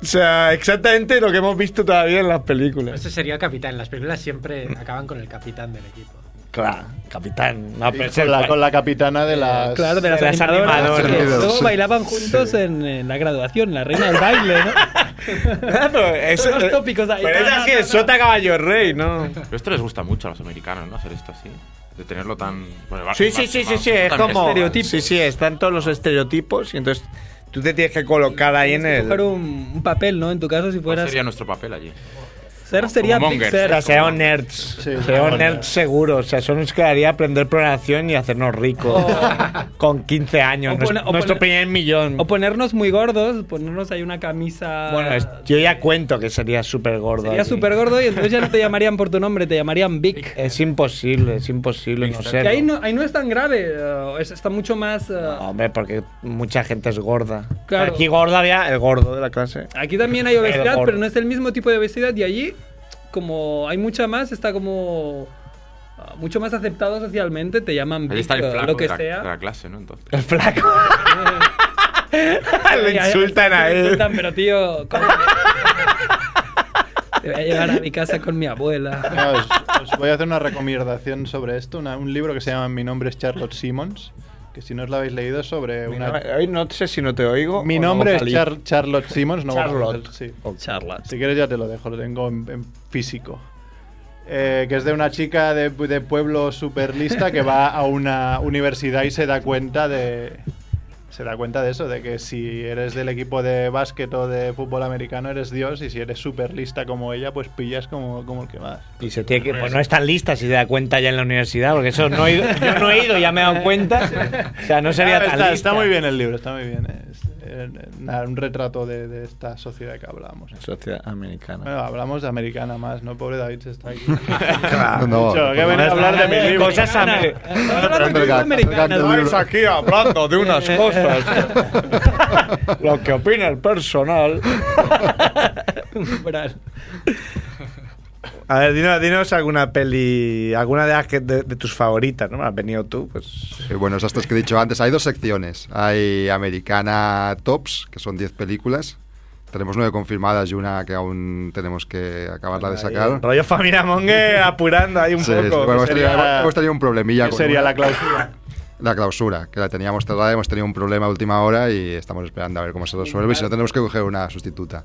S1: o sea, exactamente lo que hemos visto todavía en las películas.
S2: Ese sería el capitán. Las películas siempre acaban con el capitán del equipo.
S1: Claro, capitán. No,
S5: Y
S1: pero es
S5: con,
S1: el
S5: la,
S1: cual-
S5: con la capitana de las.
S8: Claro, de las,
S1: De las
S8: animadoras.
S1: animadoras.
S8: que Luego
S7: Sí.
S8: bailaban juntos en, en la graduación, la reina del baile, ¿no?
S1: Claro, eso- eh,
S8: Todos los tópicos ahí.
S1: Pero es así, el sota caballo rey, ¿no?
S3: Pero esto les gusta mucho a los americanos, ¿no? Hacer esto así. De tenerlo tan. bueno, va-
S1: Sí, sí,
S3: va-
S1: sí,
S3: va-
S1: sí, sí, es
S3: también
S1: como...
S8: estereotipos.
S1: Sí, sí, están todos los estereotipos y entonces tú te tienes que colocar ahí en
S8: Coger
S1: el...
S8: un, un papel, ¿no? En tu caso, si
S3: ¿Cuál
S8: fueras.
S3: sería nuestro papel allí?
S8: Ser sería
S3: Como
S8: Big
S3: Monger.
S1: O
S8: Ser.
S1: sea, será un nerds, será un nerds seguro, o sea, eso nos quedaría aprender programación y hacernos ricos con 15 años,
S8: Oh. O pone-
S1: nues-
S8: o
S1: nuestro
S8: pone-
S1: primer millón.
S8: O ponernos muy gordos, ponernos ahí una camisa.
S1: Bueno, es- yo ya cuento que sería súper gordo.
S8: Ah. Sería
S1: aquí.
S8: súper gordo y entonces ya no te llamarían por tu nombre, te llamarían Big.
S1: Es imposible, es imposible no
S8: Que
S1: serlo.
S8: ahí no, ahí no es tan grave, eh, es- está mucho más. eh,
S1: Hombre, porque mucha gente es gorda.
S8: Claro.
S1: Aquí gorda había el gordo de la clase.
S8: Aquí también hay obesidad,
S1: gordo.
S8: pero no es el mismo tipo de obesidad. Y allí, como hay mucha más, está como ah, mucho más aceptado socialmente. Te llaman
S3: Allí está el
S8: big, eh,
S3: flaco
S8: lo que
S3: de, la, de
S8: sea.
S3: la clase, ¿no? Entonces.
S1: El flaco. Le
S8: Venga,
S1: insultan a
S8: me
S1: él.
S8: insultan, pero tío, ¿cómo que- Te voy a llevar a mi casa con mi abuela.
S5: Mira, os, os voy a hacer una recomendación sobre esto. una- un libro que se llama Mi nombre es Charlotte Simmons. Que si no os lo habéis leído, es sobre
S1: Mi
S5: una.
S1: nombre- Hoy no sé si no te oigo.
S5: Mi
S1: o no
S5: nombre es
S1: vocalizo.
S5: Char- Charlotte Simmons. No
S1: Charlotte.
S5: Sí.
S1: Ok.
S8: Charlas.
S5: Si quieres ya te lo dejo, lo tengo en, en físico. Eh, que es de una chica de, de pueblo super lista que va a una universidad y se da cuenta de. Se da cuenta de eso, de que si eres del equipo de básquet o de fútbol americano eres Dios y si eres super lista como ella, pues pillas como, como el que más.
S9: Y se tiene que, pues no es tan lista si se da cuenta ya en la universidad, porque eso no he ido, yo no he ido, ya me he dado cuenta. O sea, no sería
S5: Ah,
S9: tan
S5: está,
S9: lista.
S5: está muy bien el libro, está muy bien. ¿eh? Es, eh, nada, un retrato de, de esta sociedad que hablamos.
S1: Sociedad Americana.
S5: Bueno, hablamos de americana más, ¿no? Pobre David se está aquí.
S7: Claro, no.
S5: Dicho, que venía a hablar de mi libro.
S9: Cosas amer-
S1: Estáis aquí hablando de unas cosas. Lo que opina el personal.
S8: Umbral.
S1: A ver, dinos, dinos alguna peli, alguna de, las que- de, de tus favoritas, ¿no? Has venido tú, pues.
S7: Eh, bueno, esas tres que he dicho antes. Hay dos secciones. Hay Americana Tops, que son 10 películas. Tenemos nueve confirmadas y una que aún tenemos que acabarla de sacar.
S1: Rollo Familia Monge apurando ahí un
S7: Sí, sí.
S1: poco.
S7: Bueno, hemos, tenido,
S5: sería-
S7: hemos tenido un problemilla.
S5: ¿Qué
S7: con
S5: sería
S7: una-
S5: la clausura?
S7: la clausura, que la teníamos cerrada, hemos tenido un problema a última hora y estamos esperando a ver cómo se resuelve. Si no, tenemos que coger una sustituta.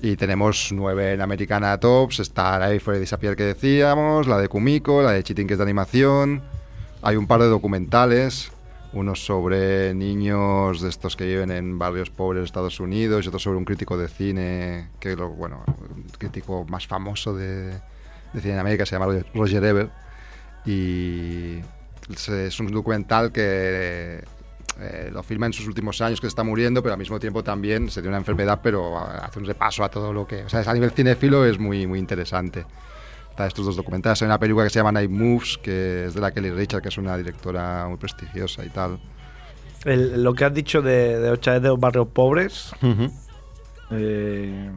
S7: Y tenemos nueve en Americana Tops, está la de Disappear que decíamos, la de Kumiko, la de Cheating que es de animación. Hay un par de documentales, uno sobre niños de estos que viven en barrios pobres de Estados Unidos y otro sobre un crítico de cine, que lo, bueno, un crítico más famoso de, de cine en América, se llama Roger- Roger Ebert y se- es un documental que eh, lo filma en sus últimos años que está muriendo, pero al mismo tiempo también se tiene una enfermedad, pero hace un repaso a todo lo que... O sea, es- a nivel cinéfilo es muy, muy interesante. Está estos dos documentales. Hay una película que se llama Night Moves, que es de la Kelly Richard, que es una directora muy prestigiosa y tal.
S1: El- lo que has dicho de, de otra vez de los barrios pobres. eh,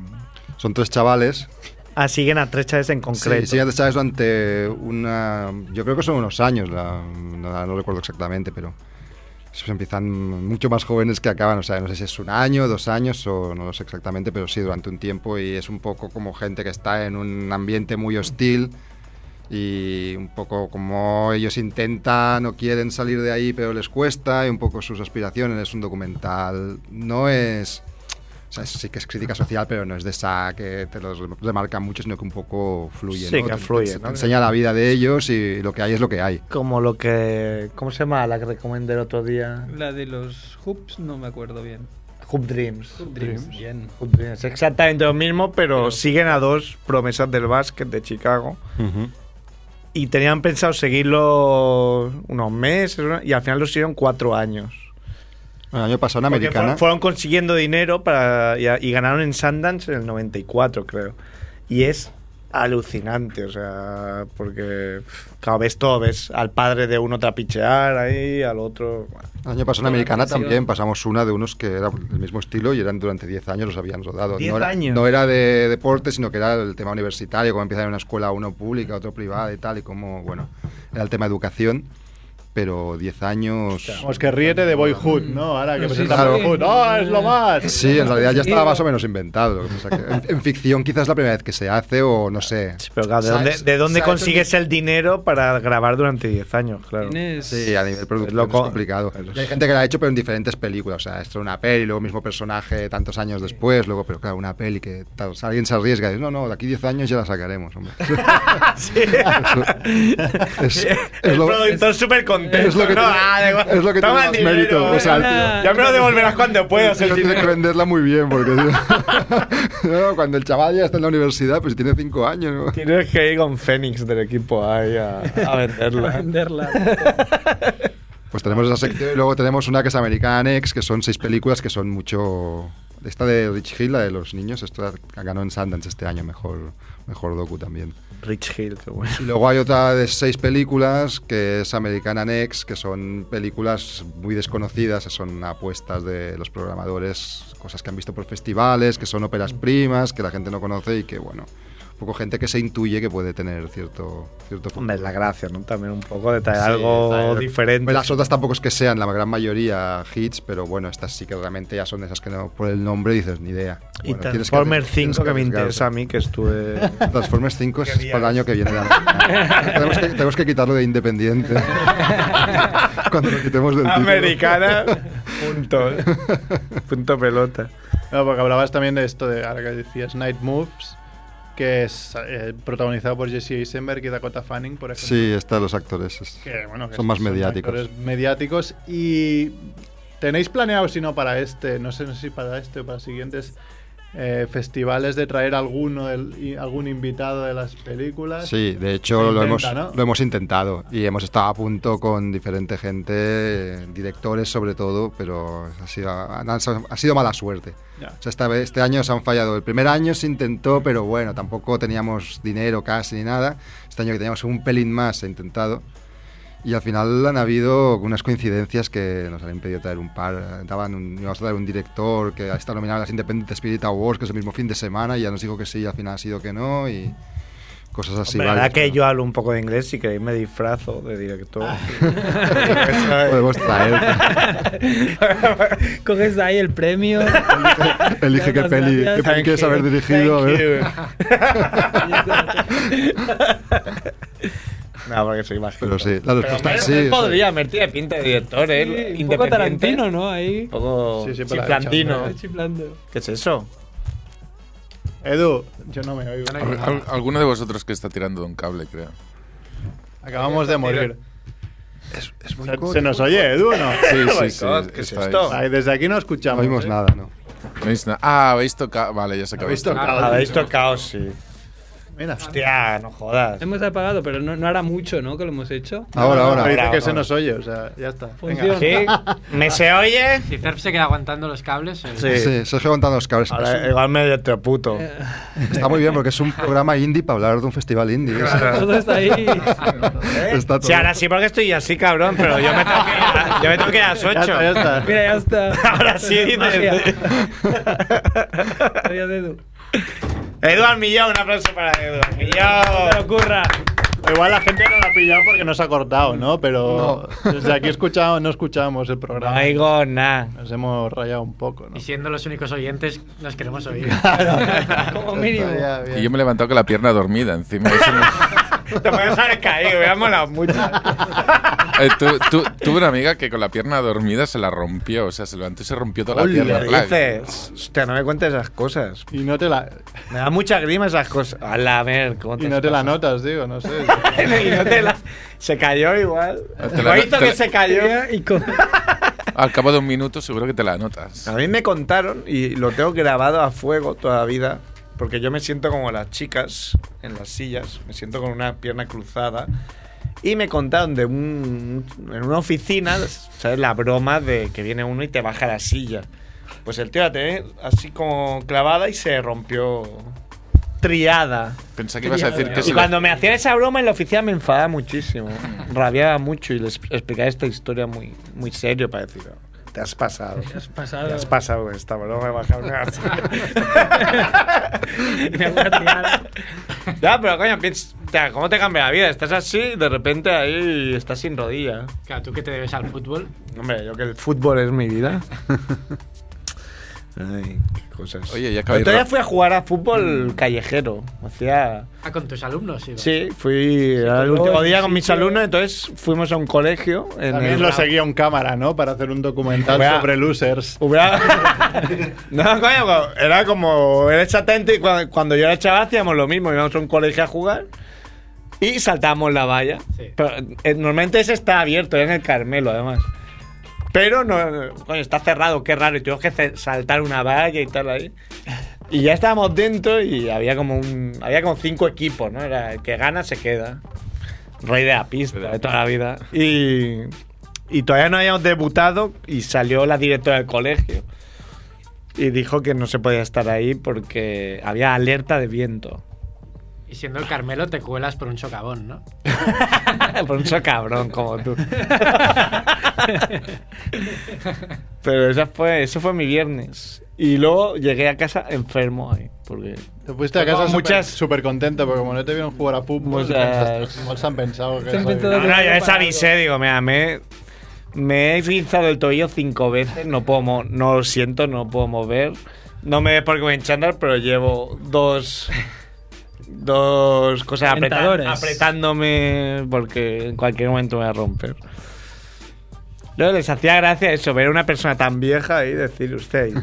S7: Son tres chavales
S9: Ah, siguen a tres chaves en concreto.
S7: Sí, sí, antes sabes durante una. Yo creo que son unos años, la- no, no recuerdo exactamente, pero. se empiezan mucho más jóvenes que acaban, o sea, no sé si es un año, dos años o no lo sé exactamente, pero sí, durante un tiempo y es un poco como gente que está en un ambiente muy hostil y un poco como ellos intentan o quieren salir de ahí, pero les cuesta y un poco sus aspiraciones. Es un documental, no es. O sea, sí que es crítica social, pero no es de esa que te los remarca mucho, sino que un poco fluye.
S9: Sí,
S7: ¿no?
S9: que
S7: Te-
S9: fluye,
S7: te- te
S9: ¿no?
S7: enseña la vida de ellos y lo que hay es lo que hay.
S9: Como lo que. ¿Cómo se llama la que recomendé el otro día?
S8: La de los hoops no me acuerdo bien.
S9: Hoop Dreams.
S8: Hoop Dreams. Bien.
S9: Hoop Dreams. Exactamente lo mismo, pero
S1: pero siguen a dos promesas del básquet de Chicago. Y tenían pensado seguirlo unos meses ¿no? y al final lo siguieron cuatro años.
S7: Bueno, el año pasado en
S1: Porque
S7: Americana.
S1: fueron- Fueron consiguiendo dinero para y, a- y ganaron en Sundance en el 94, creo. Y es alucinante, o sea, porque pff, cada vez todo ves al padre de uno trapichear ahí, al otro... bueno.
S7: El año pasado en
S8: Con la
S7: Americana
S8: canción.
S7: también pasamos una de unos que era del mismo estilo y eran durante 10 años, los habían rodado.
S1: 10
S7: no era,
S1: años.
S7: No era de deporte, sino que era el tema universitario, cómo empieza en una escuela, uno pública, otro privada y tal, y cómo, bueno, era el tema educación, pero 10 años...
S5: Vamos, Pues que ríete de Boyhood, ¿no? Ahora que
S8: Sí,
S5: presentamos
S7: claro.
S5: Boyhood. ¡Oh, es lo más!
S7: Sí, en realidad ya
S8: Sí.
S7: estaba más o menos inventado. lo que pasa que en, en ficción quizás es la primera vez que se hace o no sé.
S1: Sí, pero claro, ¿de
S7: Se ha-
S1: dónde, de dónde
S7: se ha hecho
S1: consigues el dinero para grabar durante 10 años? Claro.
S8: Tienes-
S7: Sí, a nivel productivo
S1: lo
S7: es
S1: co-
S7: complicado.
S1: es lo-
S7: Y hay gente que la ha hecho, pero en diferentes películas. O sea, esto era una peli, luego mismo personaje tantos años después, luego, pero claro, una peli que tal, o sea, alguien se arriesga y dice, no, no, de aquí 10 años ya la sacaremos, hombre. Es- es
S1: el
S7: lo-
S1: productor súper contento.
S7: es lo que
S1: ¿no?
S7: tiene-
S1: Ah, da igual.
S7: es lo que
S1: Toma
S7: tiene
S1: el
S7: más
S1: dinero,
S7: mérito, o sea,
S1: venga.
S8: el-
S1: ya me lo devolverás cuando puedas. el
S7: Pero tiene que
S1: dinero.
S7: venderla muy bien, porque no, cuando el chaval ya está en la universidad, pues tiene 5 años. ¿no?
S1: Tienes que ir con Fénix del equipo ahí a, a
S8: Para
S1: venderla.
S8: venderla.
S7: Pues tenemos esa sección y luego tenemos una que es American X, que son seis películas que son mucho... Esta de Rich Hill, la de los niños, esta ganó en Sundance este año, mejor, mejor docu también.
S1: Rich Hill, qué bueno.
S7: Y luego hay otra de seis películas, que es American Next, que son películas muy desconocidas, que son apuestas de los programadores, cosas que han visto por festivales, que son óperas primas, que la gente no conoce y que, bueno, poco gente que se intuye que puede tener cierto, cierto
S1: Hombre, es la gracia, ¿no? También un poco de traer
S7: Sí,
S1: algo
S7: traer-
S1: diferente.
S7: Bueno, las otras tampoco es que sean la gran mayoría hits, pero bueno, estas sí que realmente ya son esas que no, por el nombre dices ni idea.
S1: y
S7: Bueno, tienes que-
S1: Transformers
S7: tienes
S1: 5 que me
S7: arriesgarte.
S1: interesa a mí, que estuve...
S7: Transformers 5 es para el año que viene. tenemos, que, tenemos que quitarlo de independiente. Cuando lo quitemos del título.
S1: Americana, punto. ¿eh? Punto pelota.
S5: No, porque hablabas también de esto de ahora que decías Night Moves, que es eh, protagonizado por Jesse Eisenberg y Dakota Fanning, por ejemplo.
S7: Sí, están los actores. es-
S5: Que, bueno, que
S7: son más mediáticos.
S5: actores mediáticos y tenéis planeado, si no para este, no sé, no sé si para este o para siguientes eh, festivales de traer alguno, del- y- algún invitado de las películas.
S7: Sí, de hecho
S5: Se
S7: lo,
S5: intenta,
S7: hemos,
S5: ¿no?
S7: lo hemos intentado y hemos estado a punto con diferente gente, eh, directores sobre todo, pero ha sido, han- ha sido mala suerte.
S5: Ya.
S7: O sea, esta vez- este año se han fallado. El primer año se intentó, pero bueno, tampoco teníamos dinero casi ni nada. Este año que teníamos un pelín más se ha intentado. Y al final han habido unas coincidencias que nos han impedido traer un par. Daban un, íbamos a traer un director que está nominado a las Independent Spirit Awards, que es el mismo fin de semana, y ya nos dijo que sí, y al final ha sido que no, y cosas así.
S1: Hombre, la
S7: varias,
S1: verdad que
S7: ¿no?
S1: yo hablo un poco de inglés, si queréis me disfrazo de director.
S7: Podemos traer.
S8: Coges ahí el premio.
S7: Elige qué
S8: Muchas
S7: peli,
S8: gracias.
S7: qué peli
S8: Thank
S7: quieres
S8: you.
S7: haber dirigido. a ver.
S1: no, porque soy más
S7: Pero sí, la respuesta es sí. o sea,
S9: podría, Mer tiene pinta de director, ¿eh?
S8: Sí, un
S9: Independiente.
S8: poco Tarantino, ¿no? Ahí.
S1: Un poco
S5: Sí, sí, pero la
S1: chiflantino.
S5: chamba,
S8: Chiflando.
S1: ¿Qué es eso?
S5: Edu, yo no me oigo.
S4: Al- al- alguno de vosotros que está tirando de un cable, creo.
S5: Acabamos de morir.
S7: es muy
S5: ¿Se,
S7: corto.
S5: se nos oye, Edu, o no?
S4: Sí,
S1: Oh my
S4: sí, sí.
S1: God, ¿qué es
S4: estáis-
S1: esto?
S5: Ay, desde aquí no escuchamos.
S7: No vimos
S5: ¿eh?
S7: nada, ¿no?
S4: No veis na- Ah, habéis tocado. Vale, ya se acabó.
S5: Habéis tocado.
S1: Habéis tocado, sí.
S5: Mira.
S1: Hostia, no jodas.
S8: Hemos apagado, pero no, no hará mucho, ¿no? Que lo hemos hecho.
S7: Ahora,
S5: Pero
S7: ahora.
S5: dice
S1: Ahora,
S5: que se
S1: ahora.
S5: nos oye, o sea, ya está. Venga.
S8: Funciona.
S9: ¿Sí? ¿Me se oye?
S2: Si Cerf se queda aguantando los cables, el-
S1: Sí.
S7: Sí, Sergio contando los cables.
S1: Ahora, igual me puto.
S7: Está muy bien porque es un programa indie para hablar de un festival indie.
S8: Todo está ahí.
S7: Está todo.
S9: Sí, ahora sí, porque estoy así, cabrón, pero yo me tengo que ir a, yo me tengo que ir a las
S5: Ya
S9: 8.
S5: está, ya está.
S8: Mira, ya está.
S9: Ahora sí, dices.
S8: Magia. Adiós, Edu.
S9: Eduard Millón, un aplauso para Eduard
S8: No te
S9: Millón.
S8: ocurra.
S5: Igual la gente no la ha pillado porque no se ha cortado, ¿no? Pero desde aquí escuchamos, no escuchábamos el
S9: No
S5: programa.
S9: oigo nada.
S5: Nos hemos rayado un poco, ¿no?
S2: y siendo los únicos oyentes, nos queremos oír.
S8: Como mínimo.
S5: Estaría bien.
S4: Y yo me he levantado con la pierna dormida encima. Eso no-
S9: Te puedes haber caído, me ha molado mucho.
S4: Eh, tu- tu- tuve una amiga que con la pierna dormida se la rompió. O sea, se levantó y se rompió toda la
S1: ¿Qué
S4: pierna. Claro.
S1: dices? Hostia, no me cuentes esas cosas.
S5: Y no te la,
S1: Me da mucha grima esas cosas.
S9: Hola, Mer, ¿cómo te
S5: y no te la
S9: pasas?
S5: notas, digo, no sé.
S1: Y no te la- Se cayó igual.
S4: Te la-
S1: Lo hizo
S4: te
S1: que
S4: la-
S1: se cayó.
S8: Y con-
S4: Al cabo de un minuto, seguro que te la notas.
S1: A mí me contaron, y lo tengo grabado a fuego toda la vida, porque yo me siento como las chicas en las sillas, me siento con una pierna cruzada. Y me contaron de un, en una oficina, ¿sabes? La broma de que viene uno y te baja la silla. Pues el tío la tenía así como clavada y se rompió.
S9: Triada.
S4: Pensé que ibas a decir que
S9: Y
S4: se
S9: cuando
S4: la...
S9: me hacían esa broma en la oficina me enfadaba muchísimo.
S1: Rabiaba mucho y les explicaba esta historia muy, muy serio para decir, "Oh, te has pasado.
S8: Has pasado.
S1: Te has pasado con esta broma de bajarme la silla.
S8: Me voy a tirar.
S1: Ya, pero coño, piensa, o sea, ¿cómo te cambia la vida? Estás así y de repente ahí estás sin rodilla.
S2: Claro, tú que te debes al fútbol,
S1: Hombre, yo que el fútbol es mi vida. Ay, qué cosas.
S4: Oye, ya acabáis
S1: Pero todavía
S4: ra-
S1: fui a jugar a
S5: Mm.
S1: fútbol callejero. Hacía.
S2: ah, con tus alumnos, sí.
S1: Sí, fui al último día con mis alumnos, entonces fuimos a un colegio. En
S5: También
S1: el-
S5: lo seguía un cámara, ¿no? Para hacer un documental
S1: Voy a-
S5: sobre losers.
S1: Hubiera- no, coño, era como. Era exactamente. cua- Cuando, yo era chaval hacíamos lo mismo. Íbamos a un colegio a jugar y saltábamos la valla.
S2: Sí.
S1: Pero, eh, normalmente ese está abierto, era en el Carmelo, además. Pero no, no, coño, está cerrado, qué raro. Y tuvimos que ce- saltar una valla y tal ahí. Y ya estábamos dentro y había como un. Había como cinco equipos, ¿no? Era el que gana se queda. Rey de la pista de toda la vida. Y, y todavía no habíamos debutado y salió la directora del colegio. Y dijo que no se podía estar ahí porque había alerta de viento.
S2: Y siendo el Carmelo, te cuelas por un socavón, ¿no?
S1: Por un cabrón como tú. Pero esa fue, eso fue mi viernes. Y luego llegué a casa enfermo ahí, porque
S5: Te fuiste a casa
S1: Tengo
S5: súper
S1: muchas-
S5: súper contento porque como no te vieron jugar a fútbol, pues,
S1: Muchas-
S5: pensaste, "Igual se han pensado que...
S8: Se han
S5: soy-".
S8: pensado
S9: No, no,
S8: Pero
S9: ya
S8: para
S9: les avisé, digo, mira, me, me he pinzado el tobillo cinco veces, no puedo, mo- no lo siento, no puedo mover. No me ves porque voy en chándal, pero llevo dos, dos cosas apreta-
S8: Calentadores.
S9: apretándome porque en cualquier momento me voy a romper. Yo les hacía gracia eso, ver a una persona tan vieja y decir, usted,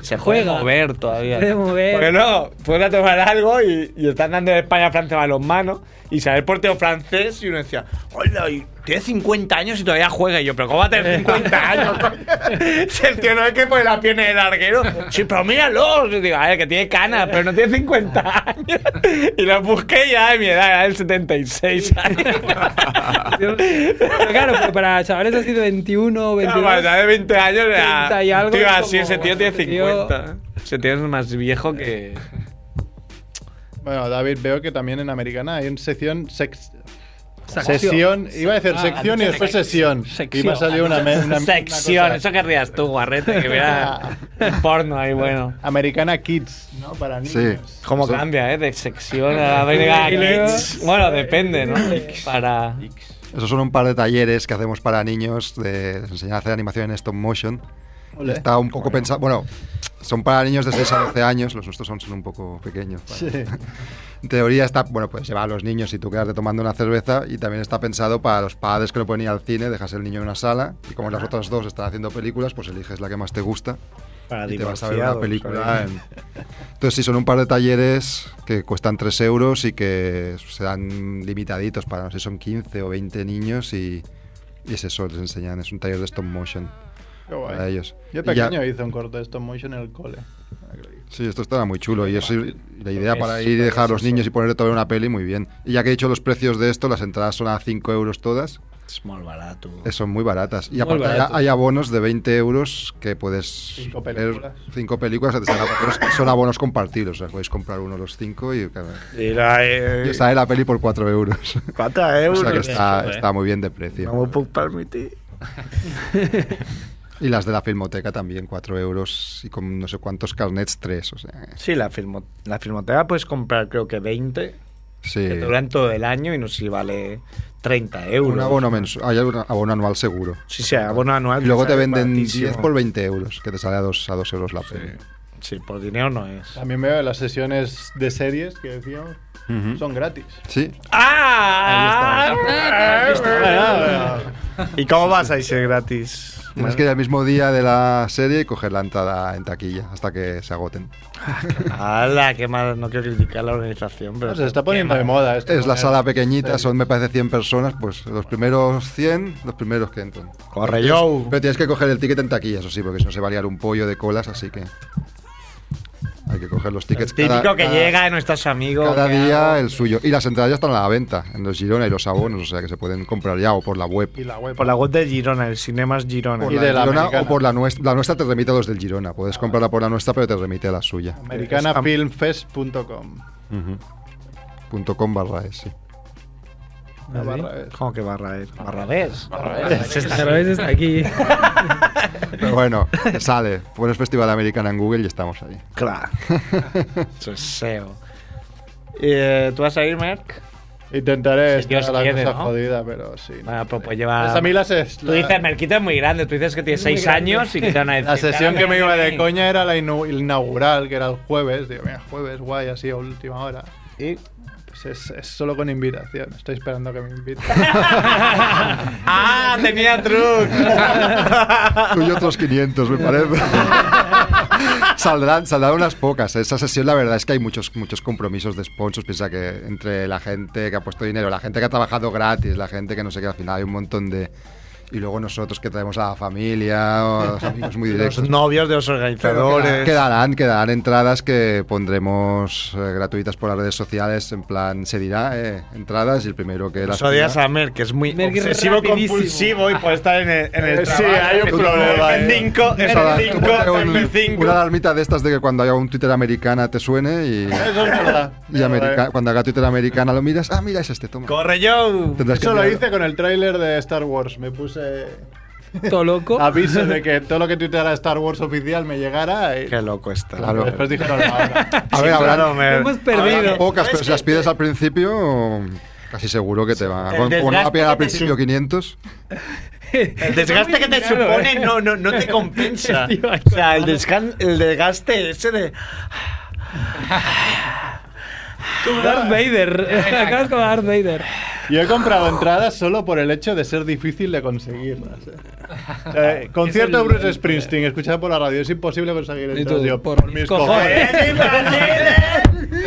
S9: se puede
S8: Juega.
S9: mover todavía.
S8: Se puede mover.
S9: Porque no, pueden tomar algo y, y están dando de España a Francia balonmano y sale el portero francés y uno decía, hola, y tiene 50 años y todavía juega. Y yo, pero ¿cómo va a tener 50 años? coño?" si el tío no es que pone la pierna del arquero. Sí, pero míralo. Y digo, a ver, que tiene canas, pero no tiene 50 años. y lo busqué ya de mi edad, era del 76 años.
S8: Pero claro, pero para chavales así de 21, 22.
S9: Claro, para de 20 años era.
S8: 30 y algo,
S9: tío,
S8: es
S9: así,
S8: como,
S9: ese tío tiene
S8: este tío-
S9: 50. Ese tío es más viejo que.
S5: Bueno, David, veo que también en Americana hay una sección... sex-
S8: Sección.
S5: Sesión, iba a decir
S8: Ah,
S5: sección y
S8: dicho
S5: después
S8: sex-
S5: sesión.
S8: sección.
S5: Iba a salir una, me- una- una
S9: sección,
S5: cosa-
S9: eso querrías tú, guarrete, que hubiera un porno ahí, bueno.
S5: Americana Kids, ¿no? Para niños.
S7: Sí.
S9: ¿Cómo cambia, eh? De sección a venga,
S8: Y luego-
S9: Kicks. Bueno, depende, ¿no? Para.
S7: Esos son un par de talleres que hacemos para niños de, les enseñar a hacer animación en stop motion.
S5: Ole.
S7: Está un poco pensado. Bueno, son para niños de 6 a 12 años, los nuestros son, son un poco pequeños. para-
S5: Sí.
S7: En teoría está, bueno, pues lleva a los niños si tú quedarte tomando una cerveza y también está pensado para los padres que no pueden ir al cine, dejas el niño en una sala y como las otras dos están haciendo películas, pues eliges la que más te gusta
S1: para
S7: y te vas a ver una película. en- Entonces sí, son un par de talleres que cuestan 3 euros y que serán limitaditos para, no sé, son 15 o 20 niños y, y es eso, les enseñan, es un taller de stop motion
S5: Qué guay.
S7: para ellos.
S5: Yo
S7: Y ya-
S5: pequeño hice un corto de stop motion en el cole.
S7: Sí, esto estará muy chulo. Y es la idea para ir y dejar a los niños y ponerle toda una peli, muy bien. Y ya que he dicho los precios de esto, las entradas son a 5 euros todas.
S1: Es muy barato.
S7: eh, Son muy baratas. Y
S8: Muy
S7: aparte hay-
S8: barato.
S7: hay abonos de 20 euros que puedes...
S5: Cinco
S7: ver
S5: películas.
S7: cinco películas. te salen abonos- Son abonos compartidos. O sea, podéis comprar uno los cinco y... claro,
S1: Y la, eh,
S7: y os sale la peli por 4 euros.
S1: cuatro
S7: O
S1: euros.
S7: sea que está,
S1: Eso, eh.
S7: está muy bien de precio.
S1: Vamos por permitir.
S7: Y las de la Filmoteca también, 4 euros. Y con no sé cuántos carnets, 3. O sea, eh,
S1: Sí, la, filmo- la filmoteca puedes comprar creo que 20
S7: sí.
S1: que te duran todo el año y no sé si vale 30 euros.
S7: Un abono mensual. Hay un abono anual seguro.
S1: Sí, sí, abono anual.
S7: Y luego te
S1: sale
S7: venden
S1: baratísimo.
S7: 10 por 20 euros, que te sale a 2 a dos euros la peli.
S1: Sí, por dinero no es.
S5: También veo las sesiones de series que decíamos
S7: Ujú.
S5: son gratis.
S7: Sí.
S5: Ah,
S1: ¿Y cómo vas a irse gratis?
S7: Tienes que ir al mismo día de la serie y coger la entrada en taquilla hasta que se agoten.
S1: ¡Hala! Qué mal, no quiero criticar la organizazación, pero.
S5: no, se está poniendo de moda esto.
S7: Es la
S5: poner-
S7: sala pequeñita,
S5: Sí.
S7: son me parece 100 personas, pues los primeros 100, los primeros que entran.
S1: ¡Corre yo!
S7: Pero tienes que coger el ticket en taquilla, eso sí, porque si no se va a liar un pollo de colas, así que hay que coger los tickets
S9: Típico
S7: cada,
S9: que
S7: cada-
S9: llega de nuestros amigos.
S7: cada
S9: que
S7: día
S9: hago.
S7: el suyo. Y las entradas ya están a la venta en los Girona y los abonos, o sea que se pueden comprar ya o por la web.
S5: Y la web.
S1: Por la web de Girona, el Cinemas Girona.
S7: Por
S5: Y
S7: la
S5: de la
S7: Girona
S5: americana.
S7: o
S5: Ah.
S7: por la nuestra. La nuestra te remite a los del Girona. Puedes comprarla por la nuestra, pero te remite a la suya.
S5: Americanafilmfest.com.
S7: Punto com barra es, sí.
S5: La barra es.
S1: ¿Ah, ¿Cómo que barra es? Barra
S9: Barrabés.
S8: Pero a veces aquí.
S7: Pero bueno, te sale. Pones Festival Americana en Google y estamos ahí.
S1: Claro. Eso es SEO. Eh, ¿Tú vas a ir, Merck?
S5: Intentaré
S9: Si Dios
S5: estar a la
S9: quiere,
S5: cosa
S9: ¿no?
S5: jodida, pero sí.
S9: Bueno,
S5: no sé.
S9: pues, pues
S5: Pues a
S1: Ah.
S9: lleva.
S5: mí las es-
S9: Tú dices, Merquito es muy grande, tú dices que tiene 6 años y que te van a decir.
S5: La sesión
S9: "Claro,
S5: que me iba de
S9: viene".
S5: coña era la inu- inaugural, que era el jueves. Digo, mira, jueves, guay, así a última hora.
S1: Y-
S5: Pues es, es solo con invitación. Estoy esperando que me inviten.
S9: ¡Ah! Tenía truco.
S7: Tú y otros 500, me parece. Saldrán, saldrán unas pocas. Esa sesión, la verdad es que hay muchos, muchos compromisos de sponsors. Piensa que entre la gente que ha puesto dinero, la gente que ha trabajado gratis, la gente que no sé qué, al final hay un montón de. Y luego nosotros que traemos a la familia, o a los amigos muy directos.
S1: Los novios de los
S7: Pero queda-
S1: organizadores.
S7: Quedarán, quedarán entradas que pondremos eh, gratuitas por las redes sociales. En plan, se dirá eh, entradas y el primero que
S9: Pues
S7: las.
S1: Eso odias
S7: pida-
S1: a Merck, que es muy
S8: Merck es
S1: obsesivo
S8: rapidísimo.
S1: compulsivo y por estar en el, en el
S5: Sí,
S1: trabajo.
S5: hay un
S1: Tú
S5: problema,
S1: pones
S5: eh.
S1: cinco, es
S7: Eso,
S1: un
S7: la- tú ponte
S1: cinco,
S7: un-
S1: es un cinco.
S7: una alarmita de estas de que cuando haya un Twitter americana te suene y,
S5: Eso es verdad.
S7: y america- cuando haga Twitter americana lo miras. Ah, mira, es este, toma.
S1: ¡Corre yo!
S7: Tendrás que
S5: Eso lo
S7: mirarlo.
S5: hice con el tráiler de Star Wars. Me puse
S8: Toloco.
S5: Aviso de que todo lo que tuiteara Star Wars oficial me llegara. y
S1: Qué loco está.
S7: Claro.
S5: Después dijeron la hora.
S7: A ver, habrá
S1: Claro, me-
S8: Hemos perdido.
S7: pocas, pero si las pides al principio, casi seguro que te va.
S9: El
S7: Con, con
S9: desgaste
S7: una piedra al
S9: que te
S7: principio 500.
S9: El desgaste que te
S8: Claro,
S9: supone
S8: eh.
S9: no, no, no te compensa.
S8: Tío, ahí
S9: O sea, el, desgan- el desgaste ese de.
S8: Como Darth Vader. Acabas como Darth Vader.
S5: Yo he comprado entradas solo por el hecho de ser difícil de conseguirlas. eh. O sea, eh, concierto de Bruce Springsteen, escuchado por la radio, es imposible conseguir entradas.
S8: tú,
S5: Yo,
S8: por mis cojones.
S9: ¡Es imposible!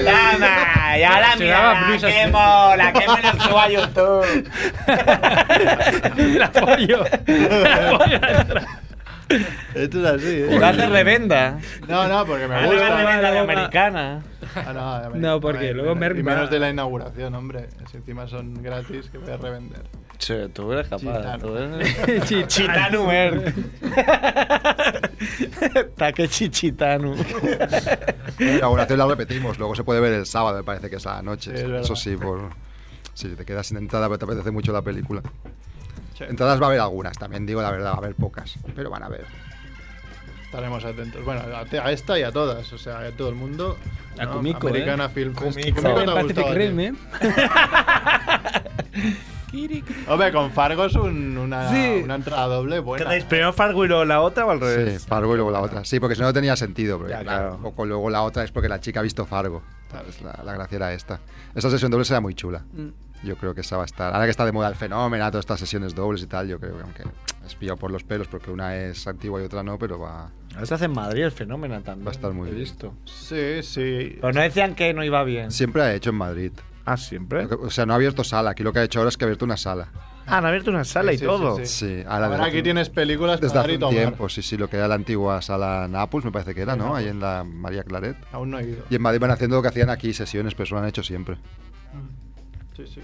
S9: ¡Toma! ¡Y ahora
S2: Se daba prisa,
S9: mira! ¡Qué
S2: sí.
S9: mola! ¡Qué me lo subo a YouTube!
S8: La pollo. La pollo atrás.
S5: Esto es así,
S9: Y
S5: ¿eh?
S9: vas de revenda.
S5: No, no, porque me
S9: Vas de
S5: gusta.
S9: revenda de
S8: Ah,
S9: americana.
S5: Ah, no, a ver,
S8: No, porque
S5: a ver,
S8: luego me-
S5: Y menos de la inauguración, hombre. Si encima son gratis, que voy a revender.
S1: Che, tú eres capaz.
S5: Chitano.
S1: tú eres-
S8: Chitán.
S9: Chitanu Earth. Takechi Chitanu.
S7: La inauguración la repetimos, luego se puede ver el sábado, me parece que es a la noche.
S5: Sí, es verdad.
S7: Eso sí, por, si te quedas sin entrada, pero te apetece mucho la película. Entradas va a haber algunas, también digo la verdad, va a haber pocas, pero van a haber.
S5: Estaremos atentos. Bueno, a, a esta y a todas, o sea, a todo el mundo.
S8: A
S5: ¿no?
S8: Kumiko,
S5: Americana
S8: eh.
S5: Film Fest.
S1: Kumiko.
S5: Kumiko te ha
S8: Pacific
S5: gustado,
S8: Rim,
S5: tío.
S8: ¿eh?
S5: Hombre, con Fargo es un- una,
S8: Sí.
S5: una entrada doble buena.
S1: ¿Primero Fargo y luego la otra o al
S7: Sí,
S1: revés?
S7: Fargo y luego la otra. Sí, porque si no, no tenía sentido. Porque,
S1: Ya,
S7: claro,
S1: claro.
S7: un poco luego la otra es porque la chica ha visto Fargo. ¿sabes? La, la gracia era esta. Esta sesión doble será muy chula. Yo creo que esa va a estar. Ahora que está de moda el fenómeno, todas estas sesiones dobles y tal, yo creo que aunque es pillado por los pelos porque una es antigua y otra no, pero va.
S1: Ahora se hace en Madrid el fenómeno también.
S7: Va a estar muy
S1: he
S7: bien.
S1: visto.
S5: Sí, sí.
S9: Pero no decían que no iba bien.
S7: Siempre ha hecho en Madrid.
S1: Ah, siempre.
S7: Lo que- O sea, no ha abierto sala. Aquí lo que ha hecho ahora es que ha abierto una sala.
S1: Ah, han abierto una sala y
S5: Sí, sí,
S1: todo.
S5: sí, sí.
S7: Sí, ahora
S5: Ahora
S7: desde
S5: aquí
S7: hace-
S5: tienes películas
S7: Desde
S5: para
S7: hace
S5: dar y
S7: un
S5: tomar.
S7: tiempo, sí, sí, lo que era la antigua sala Nápoles, me parece que era, ¿no? Ahí en la María Claret.
S5: Aún no he ido.
S7: Y en Madrid van haciendo lo que hacían aquí, sesiones, pero eso lo han hecho siempre.
S5: Sí, sí.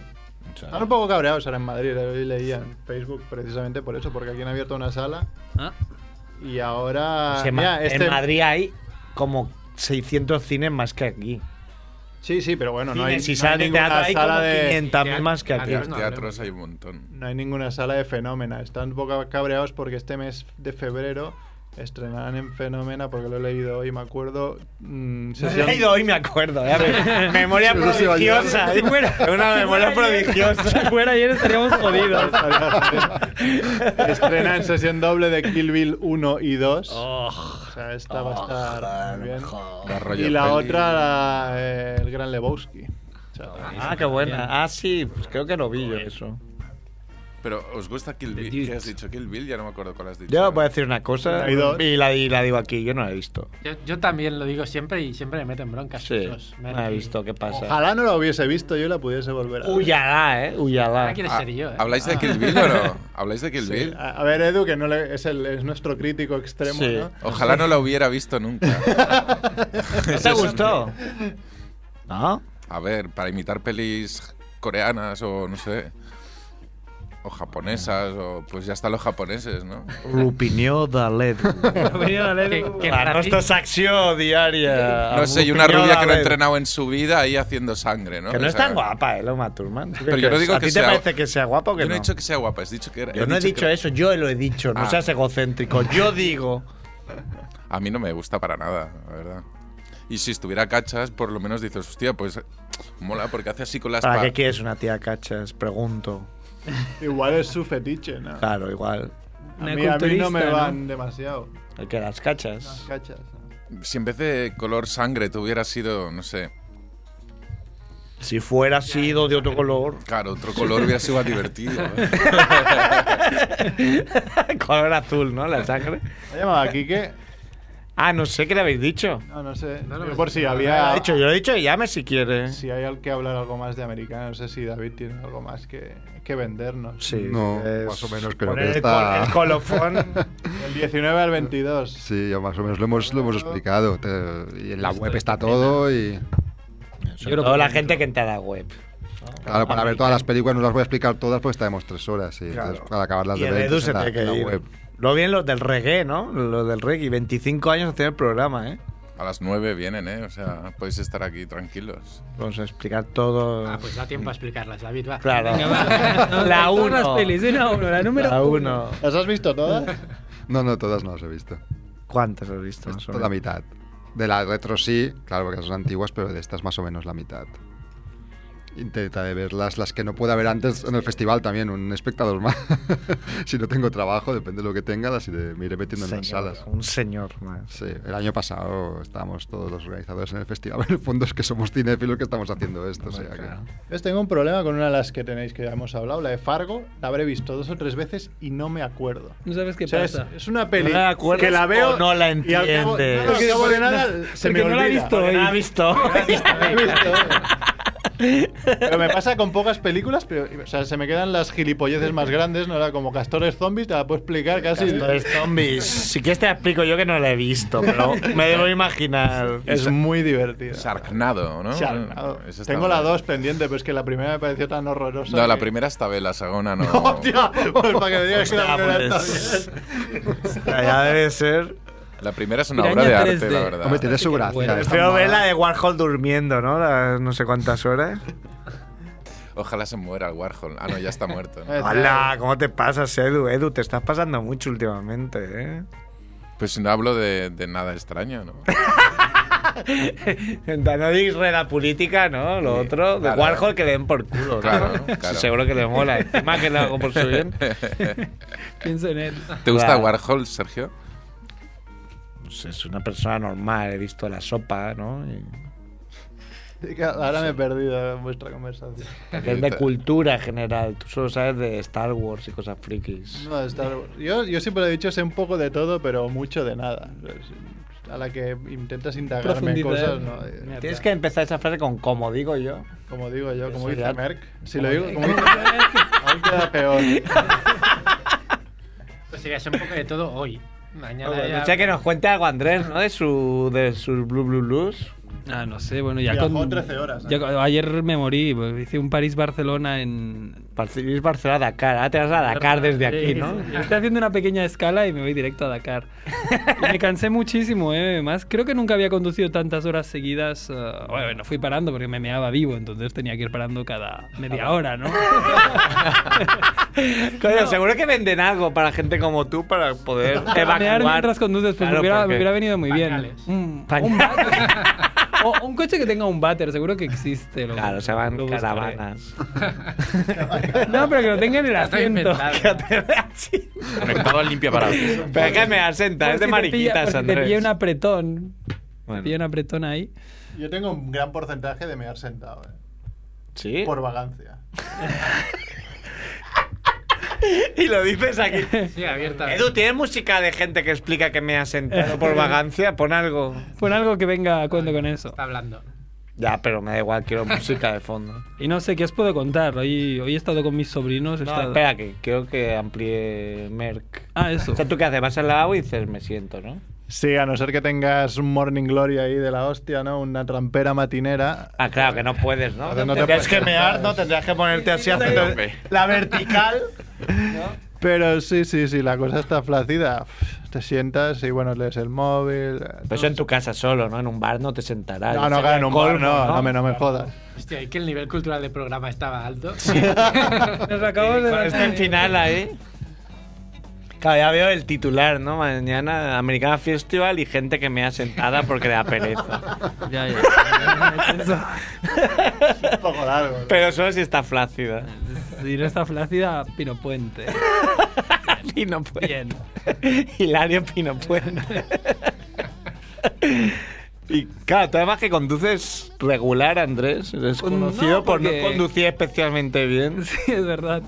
S5: Están un poco cabreados ahora en Madrid. Hoy leía en Facebook precisamente por eso, porque aquí han abierto una sala
S8: Ah.
S5: y ahora.
S1: Ah,
S9: Se ma-
S5: Mira, este-
S9: En Madrid hay como 600 cines más que aquí.
S5: Sí, sí, pero bueno, no hay,
S9: Cines y
S5: no
S9: salas
S5: hay
S9: de
S5: ninguna
S9: teatro hay como
S5: sala de.
S9: 500.000 más que aquí.
S2: Adiós, no,
S4: Teatros hay un montón.
S5: No hay ninguna sala de Fenómena. Están un poco cabreados porque este mes de febrero estrenarán en Fenómena, porque lo he leído hoy, me acuerdo. mm,
S9: Lo
S5: sesión-
S9: he leído hoy, me acuerdo. ¿eh? Me- Memoria
S7: Eso se va a llevar.
S9: prodigiosa. ¿eh? Una memoria prodigiosa.
S8: Si fuera ayer estaríamos jodidos.
S5: Estrena en sesión doble de Kill Bill 1 y 2.
S8: Oh,
S5: o sea, esta va a estar muy bien.
S4: Da rollo
S5: Y la
S4: peli.
S5: otra, la, eh, el gran Lebowski. O sea,
S9: Ah, qué buena. Ah, sí, pues creo que lo vi yo eso.
S4: Pero, ¿os gusta Kill Bill? ¿Qué has dicho? Kill Bill, ya no me acuerdo cuál has dicho. eh.
S1: Yo voy a decir una cosa
S5: Hay dos.
S1: y la, y la digo aquí, yo no la he visto.
S2: Yo, yo también lo digo siempre y siempre me meten broncas.
S1: Sí,
S2: Los-
S1: no
S2: me-
S1: la he visto, ¿qué pasa?
S5: Ojalá no la hubiese visto yo y la pudiese volver a ver.
S9: Huyalá, eh.
S2: Ahora
S9: Huyalá.
S2: quieres
S4: Ah,
S2: ser yo, eh.
S4: ¿Habláis de Kill Bill o no? ¿Habláis de Kill Bill?
S5: A, a ver, Edu, que no le- es, el, es nuestro crítico extremo,
S1: Sí.
S5: ¿no?
S4: Ojalá no la hubiera visto nunca.
S9: ¿No te gustó? ¿No?
S4: A ver, para imitar pelis coreanas o no sé. O japonesas, o pues ya están los japoneses, ¿no?
S1: L'opinió de l'Edu.
S8: venía la
S2: Que-
S8: ley.
S2: que
S1: La
S2: para ti-
S1: nostra secció diària.
S4: No sé, y una
S1: L'opinió
S4: rubia
S1: de
S4: que no ha
S1: l'Edu.
S4: entrenado en su vida ahí haciendo sangre, ¿no?
S1: Que no
S4: O
S1: es
S4: sea,
S1: tan guapa, ¿eh, Loma Turman? ¿Tú qué
S4: Pero yo no
S1: crees?
S4: digo
S1: ¿A
S4: que
S1: ti
S4: sea-
S1: te parece que sea guapa o que
S4: Yo no
S1: no?
S4: he dicho que sea guapa, he dicho que era.
S1: Yo no he dicho
S4: que-
S1: eso, yo lo he dicho, no
S4: Ah.
S1: seas egocéntrico. Yo digo.
S4: A mí no me gusta para nada, la verdad. Y si estuviera cachas, por lo menos dices, hostia, pues mola porque hace así con las
S1: ¿Para
S4: pa-
S1: qué quieres una tía cachas? Pregunto.
S5: Igual es su fetiche, ¿no? A
S1: Claro, igual.
S8: Una
S5: mí, a mí no me
S8: culturista, ¿no?
S5: van demasiado.
S1: El que las
S5: Las
S1: cachas.
S5: cachas. ¿no?
S4: Si en vez de color sangre te hubiera sido, no sé,
S1: Si fuera sido de otro color.
S4: claro, otro color hubiera sido más divertido. ¿eh?
S1: color azul, ¿no? La sangre.
S5: ¿Ha llamado a Quique?
S1: Ah, no sé qué le habéis dicho.
S5: No, no sé.
S2: No lo
S5: Yo
S2: ves.
S5: por si
S2: No, no
S1: Lo
S5: había.
S1: he dicho, yo lo he dicho, llame si quiere.
S5: Si hay al que hablar algo más de americano, no sé si David tiene algo más que, que vendernos.
S1: Sí.
S7: No,
S1: es-
S7: más o menos creo
S1: poner
S7: que
S1: el
S7: está-
S1: col- El colofón.
S5: Del 19 al 22.
S7: Sí, yo más o menos lo hemos, lo hemos explicado. te- y en
S1: Este
S7: la web está todo y...
S1: Sobre
S9: Toda la gente que entra a la web.
S7: Claro, para ver todas las películas no las voy a explicar todas porque estaremos tres horas y entonces,
S1: Claro.
S7: para acabarlas
S1: Y
S7: de
S1: el
S7: ver
S1: Edu
S4: pues
S7: entonces,
S1: se
S7: en la,
S1: tiene que
S7: en la
S1: ir.
S7: web.
S1: Lo bien los del reggae, ¿no? Los del reggae. 25 años haciendo el programa, ¿eh?
S4: A las 9 vienen, ¿eh? O sea, podéis estar aquí tranquilos.
S9: Vamos a explicar todo.
S2: Ah, pues da tiempo a explicarlas, David, va.
S9: Claro.
S2: Venga, va.
S8: Todas
S9: La
S8: las
S9: uno.
S8: pelis, una a uno, la número
S9: a
S8: uno.
S9: uno.
S5: ¿Las has visto todas?
S7: No, no, todas no las he visto.
S9: ¿Cuántas has visto?
S7: Es
S9: más o
S7: toda la
S9: menos?
S7: mitad. De la retro sí, claro, porque son antiguas, pero de estas más o menos la mitad. Intentaré verlas, las que no pueda ver antes en el festival también, un espectador más. si no tengo trabajo, depende de lo que tenga, las iré, me iré metiendo en las
S9: Señor,
S7: salas.
S9: Un señor más.
S7: Sí, el año pasado estábamos todos los organizadores en el festival. En el fondo es que somos cinéfilos que estamos haciendo esto. o sea que-
S9: Claro.
S5: Pues tengo un problema con una de las que tenéis que ya hemos hablado, la de Fargo. La habré visto dos o tres veces y no me acuerdo.
S8: No sabes qué
S5: O sea, es,
S8: pasa.
S5: es una peli
S9: ¿No la acuerdas
S5: que la veo
S9: o no la
S5: y al cabo-
S9: entiendes?
S5: al cabo de nada se me
S8: porque no la he
S5: olvida.
S8: visto hoy.
S1: ¿Ha visto?
S5: Pero me pasa con pocas películas, pero o sea, se me quedan las gilipolleces más grandes, ¿no? Era como Castores Zombies, te la puedo explicar casi.
S9: Los zombies. Si quieres te la explico yo que no la he visto, pero me debo imaginar.
S5: Es muy divertida.
S4: Sargnado, ¿no?
S5: Sargnado.
S4: Esa está
S5: Tengo la
S4: guay.
S5: 2 pendiente, pero es que la primera me pareció tan horrorosa.
S4: No, la
S5: que-
S4: primera está ve, la segunda no.
S5: ¡Hostia! Pues para que me digas que la primera está
S9: pues.
S5: bien.
S9: Ya debe ser.
S4: La primera es una
S8: Piraña
S4: obra de
S8: 3D.
S4: arte, la verdad.
S7: Hombre, tiene su
S8: Qué
S7: gracia.
S8: bueno.
S7: está
S9: Prefiero
S7: mal.
S9: ver la de Warhol durmiendo, ¿no? Las no sé cuántas horas.
S4: Ojalá se muera el Warhol. Ah, no, ya está muerto. ¿no?
S7: Este-
S5: Eh,
S9: Hola, ¿cómo te pasas, Edu? Edu, te estás pasando mucho últimamente, ¿eh?
S4: Pues no hablo de, de nada extraño, ¿no?
S1: No digas reda política, ¿no? Lo
S4: Sí,
S1: otro, de
S4: claro.
S1: Warhol que le den por culo, ¿no?
S4: Claro, claro.
S1: Sí, Seguro que le mola. Encima que lo hago por su bien.
S8: Pienso en él.
S4: ¿Te gusta
S1: Claro.
S4: Warhol, Sergio?
S9: Pues es una persona normal, he visto la sopa, ¿no? Y-
S5: Ahora me he perdido en vuestra conversación.
S9: que es de cultura general, tú solo sabes de Star Wars y cosas frikis.
S5: No, Star Wars. Yo, yo siempre lo he dicho, sé un poco de todo, pero mucho de nada. A la que intentas indagarme en
S8: Profundidad.
S5: cosas, no.
S8: Mierda.
S1: Tienes que empezar esa frase con como digo yo.
S5: Como digo yo, como
S9: Eso
S5: dice
S9: ya-
S5: Merck. Si
S9: como
S5: lo digo,
S9: dice-
S5: como dice Merck, aún queda peor.
S2: Pues sería un poco de todo hoy. Mañana ya-
S1: O sea, que nos cuente algo Andrés, ¿no? De su de sus Blue Blue Blues.
S8: Ah, no sé, bueno, ya
S5: Viajó
S8: con.
S5: 13 horas, ¿eh?
S8: ya con- ayer me morí, pues, hice un París-Barcelona en.
S1: Partir Barcelona a Dakar. Ahora te vas a Dakar desde aquí,
S8: Sí,
S1: ¿no?
S8: sí. Estoy haciendo una pequeña escala y me voy directo a Dakar. Y me cansé muchísimo, ¿eh? Más, creo que nunca había conducido tantas horas seguidas. eh, bueno, no fui parando porque me meaba vivo, entonces tenía que ir parando cada
S1: Ah,
S8: media hora, ¿no?
S1: Coño, seguro que venden algo para gente como tú para poder
S8: Mear
S1: evacuar.
S8: mientras conduces, pues
S1: Claro,
S8: me, hubiera,
S1: porque-
S8: me hubiera venido muy
S2: Pañales.
S8: bien. Un,
S1: Pañales.
S8: un váter. o un coche que tenga un váter, seguro que existe. lo-
S1: Claro, se van
S8: lo buscaré.
S1: caravanas.
S8: No, pero que lo tenga en el
S2: La estoy
S8: asiento.
S2: inventando.
S10: Conectado al limpia para
S1: Pero es que me asenta,
S8: Por
S1: es de
S8: si te pilla- por
S1: mariquitas,
S8: si Te
S1: Andrés.
S8: pillé un apretón.
S1: Bueno.
S8: Pillé un apretón ahí.
S5: Yo tengo un gran porcentaje de mear sentado, ¿eh?
S1: Sí.
S5: Por vagancia.
S1: Y lo dices aquí.
S2: Sí, abierta.
S1: Edu, ¿tienes música de gente que explica que me ha sentado por vagancia? Pon algo.
S8: Pon algo que venga a cuento con eso.
S2: Está hablando.
S1: Ya, pero me da igual, quiero música de fondo.
S8: Y no sé, ¿qué os puedo contar? Hoy, hoy he estado con mis sobrinos. he
S1: No,
S8: estado-
S1: espera, que quiero que amplíe Merck.
S8: Ah, eso.
S1: O sea, ¿tú qué haces? Vas al lavabo y dices, me siento, ¿no?
S5: Sí, a no ser que tengas un morning glory ahí de la hostia, ¿no? Una trampera matinera.
S1: Ah, claro, que no puedes, ¿no?
S5: Entonces no te
S9: Tendrías
S5: puedes
S9: que
S5: sentar,
S9: mear, ¿no? Tendrías que ponerte así haciendo la vertical.
S5: Pero sí, sí, sí, la cosa está flácida. Uf, Te sientas y bueno, lees el móvil.
S1: Pero eso en tu casa solo, ¿no? En un bar no te sentarás.
S5: No, no,
S1: Sería
S5: claro, en un bar,
S1: colmo,
S5: no, no me, no me jodas.
S2: Hostia, y que el nivel cultural del programa estaba alto.
S8: Nos acabamos de
S1: Con este final ahí. Claro, ya veo el titular, ¿no? Mañana Americana Festival y gente que me ha sentada porque le da pereza.
S8: Ya, ya.
S5: Un poco largo. ¿no?
S1: Pero solo si está flácida.
S8: Si no está flácida, Pino Puente.
S1: Pino Puente.
S8: Bien.
S1: Hilario Pino Puente. Y claro, tú además que conduces regular, Andrés. Eres
S8: Con- Pues no,
S1: conocido por no
S8: porque-
S1: conducir especialmente bien.
S8: Sí, es verdad.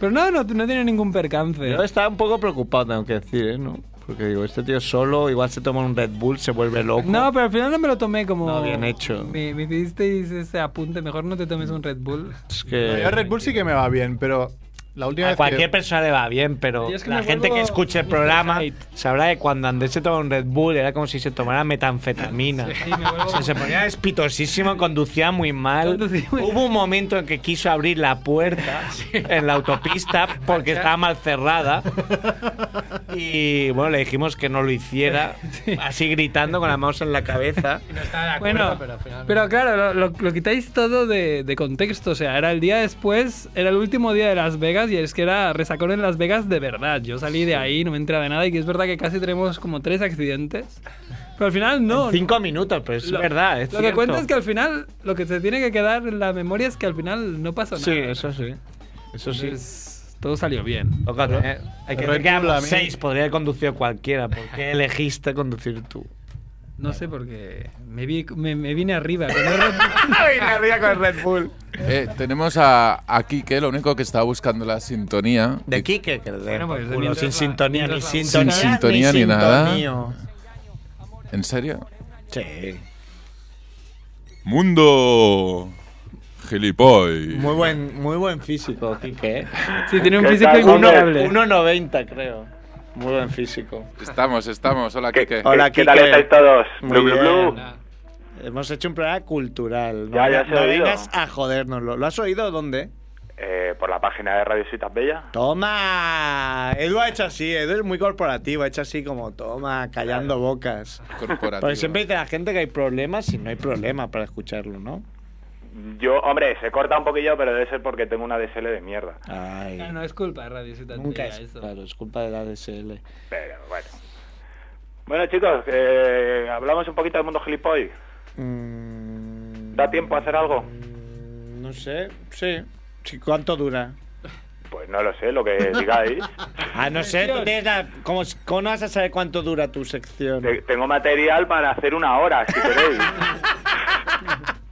S8: Pero no, no, no tiene ningún percance.
S1: Yo estaba un poco preocupado, tengo que decir, ¿eh? ¿No? Porque digo, este tío solo, igual se toma un Red Bull, se vuelve loco.
S8: No, pero al final no me lo tomé como.
S1: No, bien hecho.
S8: Me, me hicisteis ese apunte. Mejor no te tomes un Red Bull.
S1: es
S5: No,
S1: que...
S5: yo Red Bull sí que me va bien, pero la última
S1: A
S5: vez
S1: cualquier
S5: que...
S1: persona le va bien, pero
S8: Yo es que
S1: la
S8: me
S1: gente que
S8: vuelvo
S1: escuche el
S8: Mr.
S1: programa
S8: Hyde.
S1: sabrá que cuando Andrés se toma un Red Bull era como si se tomara metanfetamina.
S8: Sí, me vuelvo
S1: O sea, se ponía espitosísimo, conducía muy mal.
S8: Conducía muy-
S1: Hubo un momento en que quiso abrir la puerta en la autopista porque estaba mal cerrada.
S9: Y bueno, le dijimos que no lo hiciera, así gritando con la mouse en la cabeza.
S2: No estaba de acuerdo,
S8: Bueno,
S2: pero al final.
S8: pero claro, lo, lo- lo quitáis todo de, de contexto. O sea, era el día después, era el último día de Las Vegas y es que era resacón en Las Vegas de verdad. Yo salí de ahí, no me enteraba de nada y que es verdad que casi tenemos como tres accidentes. Pero al final no.
S9: Cinco minutos, pero es
S8: Lo-
S9: verdad. Es
S8: lo que
S9: cierto.
S8: cuenta es que al final, lo que se tiene que quedar en la memoria es que al final no pasó nada.
S9: Sí, eso sí. Eso sí.
S8: Entonces, todo salió bien.
S9: Toca tener- hay que
S5: Red
S9: decir que
S5: Bull a
S9: éramos
S5: mí-
S9: seis, podría haber conducido cualquiera. ¿Por qué elegiste conducir tú?
S8: No sé por qué. Me, vi- me, me vine arriba. con el Red-
S9: con Red Bull.
S4: Eh, tenemos a, a Quique, lo único que estaba buscando la sintonía.
S9: De Kike, que de
S8: Bueno, pues,
S9: por culo,
S8: mientras
S9: sin
S8: la-
S9: sintonía, ni
S8: mientras la-
S9: sintonía,
S4: Sin sintonía ni nada.
S9: sintonía.
S4: ¿En serio?
S9: Sí.
S11: Mundo gilipoy.
S1: Muy buen, muy buen físico.
S9: Kike, ¿eh?
S8: Sí, tiene un
S1: ¿Qué
S8: físico
S1: tal,
S9: Uno-
S8: incomparable.
S9: 1,90 creo.
S1: Muy buen físico.
S4: Estamos, estamos. Hola, Quique.
S1: Hola,
S12: ¿Qué
S1: Kike.
S12: tal estáis todos?
S1: Muy
S12: Blu, blu, blu.
S1: bien. Hemos hecho un programa cultural. No,
S12: Ya, ya se
S1: No
S12: ha oído.
S1: vengas a jodérnoslo. ¿Lo has oído dónde?
S12: Eh, por la página de Radio Citas Bella.
S1: ¡Toma! Edu ha hecho así. Edu es muy corporativo. Ha hecho así como, toma, callando bocas.
S4: Corporativo.
S1: Porque siempre dice la gente que hay problemas y no hay problema para escucharlo, ¿no?
S12: Yo, hombre, se corta un poquillo, pero debe ser porque tengo una DSL de mierda.
S1: Ay.
S8: Ah, no, es culpa de Radio Ciudad
S1: Nunca
S8: Bella,
S1: es,
S8: eso.
S1: claro, es culpa de la DSL.
S12: Pero bueno. Bueno, chicos, eh, hablamos un poquito del mundo gilipoy.
S1: Mm,
S12: ¿Da tiempo a hacer algo?
S1: no sé, sí. Sí, ¿Cuánto dura?
S12: Pues no lo sé, lo que digáis.
S1: Ah, no sé, tú tienes la- ¿cómo, cómo no vas a saber cuánto dura tu sección?
S12: Te- tengo material para hacer una hora, si queréis.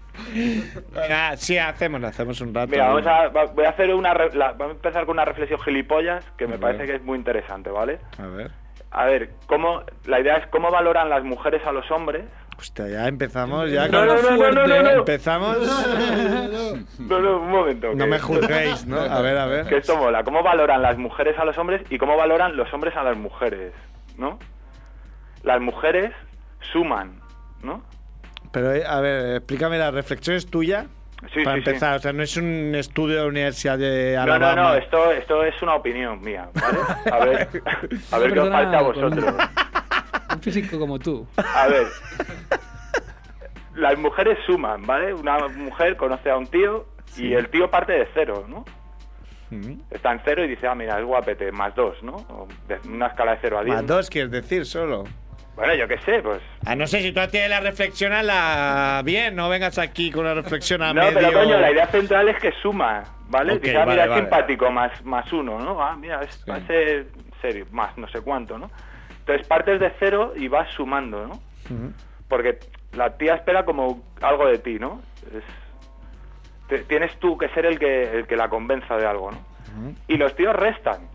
S1: Ah, sí, hacemos, hacemos un rato.
S12: Mira, vamos a, va- voy a hacer una, re- la- vamos a empezar con una reflexión gilipollas que me parece que es muy interesante, ¿vale?
S1: A ver.
S12: A ver, cómo, la idea es cómo valoran las mujeres a los hombres.
S1: Hostia, ya empezamos, ya
S12: No,
S1: con-
S12: no, no, no, no, no, no.
S1: empezamos.
S12: No, no, un momento.
S1: No
S12: que-
S1: me juzguéis, ¿no? A ver, a ver.
S12: Que esto mola. ¿Cómo valoran las mujeres a los hombres y cómo valoran los hombres a las mujeres? ¿No? Las mujeres suman, ¿no?
S1: Pero, eh, a ver, explícame, la reflexión es tuya
S12: Sí,
S1: para
S12: sí, sí.
S1: empezar. O sea, no es un estudio de la Universidad de
S12: No, no,
S1: Alabama.
S12: no, esto, esto es una opinión mía, ¿vale? A ver, a ver qué os
S8: Perdona,
S12: falta a
S8: Columna.
S12: vosotros.
S8: Un físico como tú.
S12: A ver. Las mujeres suman, ¿vale? Una mujer conoce a un tío y el tío parte de cero, ¿no? Está en cero y dice, ah, mira, es guapete, más dos, ¿no? O de- una escala de cero a diez.
S1: Más dos, quieres decir, solo.
S12: Bueno, yo qué sé, pues.
S1: Ah, no sé, si tú tienes la reflexión a la... Bien, no vengas aquí con una reflexión a
S12: no,
S1: medio...
S12: pero coño, la idea central es que suma, ¿vale?
S1: Ok,
S12: Dice, ah,
S1: vale,
S12: mira, es
S1: vale.
S12: simpático, más, más uno, ¿no? Ah, mira, es, parece serio, más no sé cuánto, ¿no? Entonces partes de cero y vas sumando, ¿no? Porque la tía espera como algo de ti, ¿no? Es- te- tienes tú que ser el que, el que la convenza de algo, ¿no? Y los tíos restan.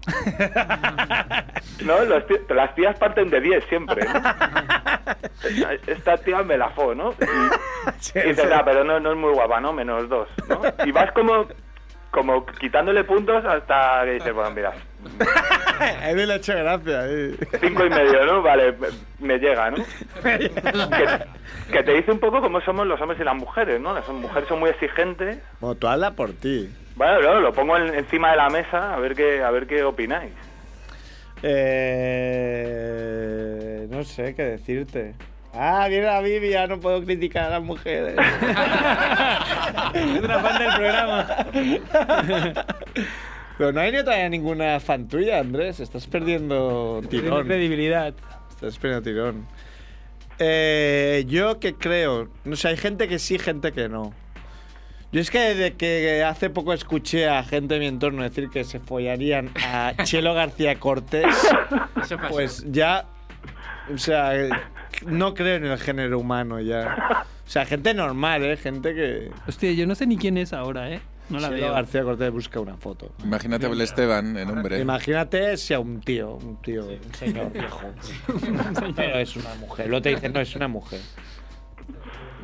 S12: ¿No? Los tí- las tías parten de 10 siempre. ¿no? Esta tía me la fo, ¿no? Y, y dices, "Ah, pero no, no es muy guapa, ¿no? Menos dos, ¿no? Y vas como, como quitándole puntos hasta que dices, bueno, mira,
S1: A Edu le ha hecho gracia. eh.
S12: cinco y medio, ¿no? Vale, me, me llega, ¿no? que, que te dice un poco cómo somos los hombres y las mujeres, ¿no? Las mujeres son muy exigentes.
S1: Bueno, tú habla por ti.
S12: Bueno, no, lo pongo en- encima de la mesa a ver qué, a ver qué opináis.
S1: Eh, no sé qué decirte. Ah, viene la Bibi, ya no puedo criticar a las mujeres. es una fan del programa. Pero no hay ni todavía ninguna fan tuya, Andrés. Estás perdiendo
S8: Tiene
S1: tirón.
S8: credibilidad.
S1: Estás perdiendo tirón. Eh, yo que creo. No sé, hay gente que sí, gente que no. Yo es que desde que hace poco escuché a gente de mi entorno decir que se follarían a Chelo García Cortés.
S2: Eso pasó.
S1: Pues ya. O sea, eh, no creo en el género humano ya. O sea, gente normal, ¿eh? Gente que.
S8: Hostia, yo no sé ni quién es ahora, ¿eh? No la
S1: Chelo
S8: veo.
S1: García Cortés busca una foto.
S4: Imagínate a Abel Esteban en hombre.
S1: Imagínate si a un tío, un tío, un señor viejo. Pero es una mujer. Luego te dicen, no, es una mujer.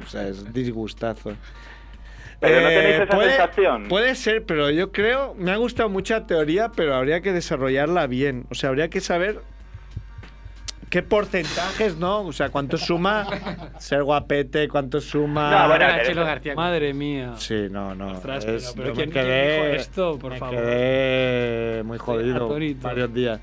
S1: O sea, es disgustazo.
S12: Pero no tenéis esa
S1: Eh, puede,
S12: sensación.
S1: Puede ser, pero yo creo. Me ha gustado mucha teoría, pero habría que desarrollarla bien. O sea, habría que saber. ¿Qué porcentajes, no? O sea, ¿cuánto suma ser guapete? ¿Cuánto suma...?
S12: No, bueno,
S2: Ahora
S12: que-
S2: Chelo García.
S8: Madre mía.
S1: Sí, no, no.
S8: Ostras,
S1: es-
S8: pero- pero
S1: yo me
S8: ¿quién-
S1: quedé-
S8: quién dijo esto, por
S1: me
S8: favor?
S1: quedé muy jodido
S8: atónito.
S1: varios días.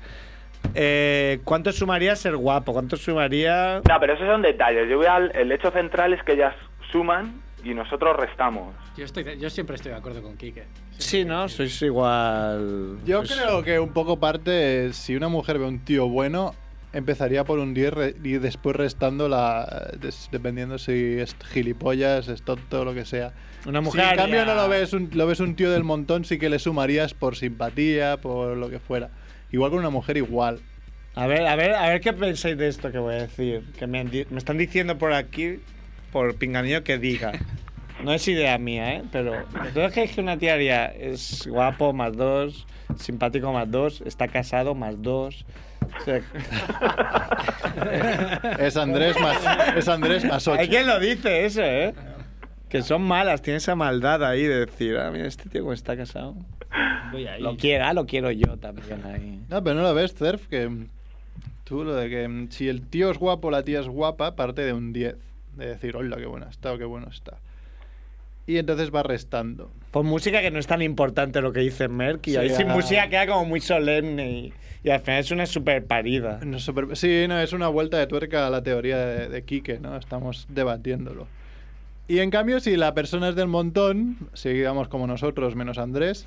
S1: Eh, ¿Cuánto sumaría ser guapo? ¿Cuánto sumaría...?
S12: No, pero esos son detalles. Yo voy al el hecho central es que ellas suman y nosotros restamos.
S2: Yo, estoy de- yo siempre estoy de acuerdo con Quique.
S1: Sí, ¿no? Sois igual...
S5: Yo
S1: sois-
S5: creo que un poco parte, eh, si una mujer ve a un tío bueno, empezaría por un 10 re- y después restando la. des- dependiendo si es gilipollas, es tonto, lo que sea.
S1: Una
S5: Si
S1: mujer
S5: en cambio
S1: haría-
S5: no lo ves, un, lo ves un tío del montón, sí que le sumarías por simpatía, por lo que fuera. Igual con una mujer, igual.
S1: A ver, a ver, a ver qué pensáis de esto que voy a decir. Que me, han di- me están diciendo por aquí, por pinganillo, que diga. No es idea mía, ¿eh? Pero ¿tú crees que una tía haría es guapo más dos, simpático más dos, está casado más dos? O sea-
S5: Es Andrés más, es Andrés más ocho.
S1: Hay quien lo dice eso, ¿eh? Que son malas, tiene esa maldad ahí de decir, ah, mira, este tío como está casado.
S2: Voy ahí.
S1: Lo quiera, lo quiero yo también ahí.
S5: No, pero no lo ves, Cerf, que mm, tú lo de que mm, si el tío es guapo, la tía es guapa, parte de un 10. De decir, hola, qué buena está o qué bueno está. Y entonces va restando.
S1: Pon música que no es tan importante lo que dice Merck y
S5: Sí,
S1: ahí sin
S5: ah.
S1: música queda como muy solemne y, y al final es una super parida.
S5: No super- sí, no, es una vuelta de tuerca a la teoría de, de Quique, ¿no? Estamos debatiéndolo. Y en cambio, si la persona es del montón, si digamos como nosotros, menos Andrés,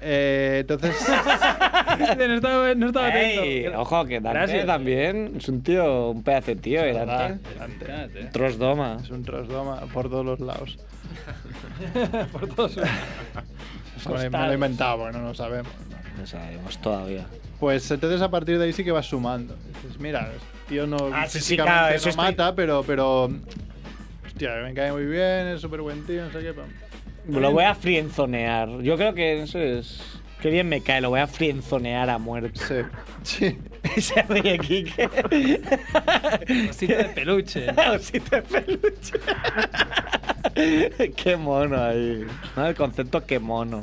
S5: eh, entonces...
S8: no estaba, no estaba
S1: Ey,
S8: atento.
S1: ojo, que Dante
S8: Gracias.
S1: también es un tío, un pedazo de tío, el Dante.
S5: Adelante.
S1: Trosdoma.
S5: Es un trasdoma por todos los lados.
S8: Por todos.
S5: Eso me- me lo he inventado, porque no lo sabemos.
S1: No sabemos todavía.
S5: Pues entonces a partir de ahí sí que vas sumando.
S1: Pues
S5: Dices, mira, el tío no
S1: Ah, sí, sí,
S5: físicamente
S1: claro,
S5: no
S1: eso estoy-
S5: mata, pero, pero hostia, me cae muy bien, es súper buen tío, no sé qué. pam.
S1: Lo voy a frienzonear. Yo creo que eso es. Qué bien me cae, lo voy a frienzonear a muerte.
S5: Sí, sí.
S1: Y se ríe Kike.
S8: Osito de peluche.
S1: Osito de peluche. qué mono ahí. No, el concepto qué mono.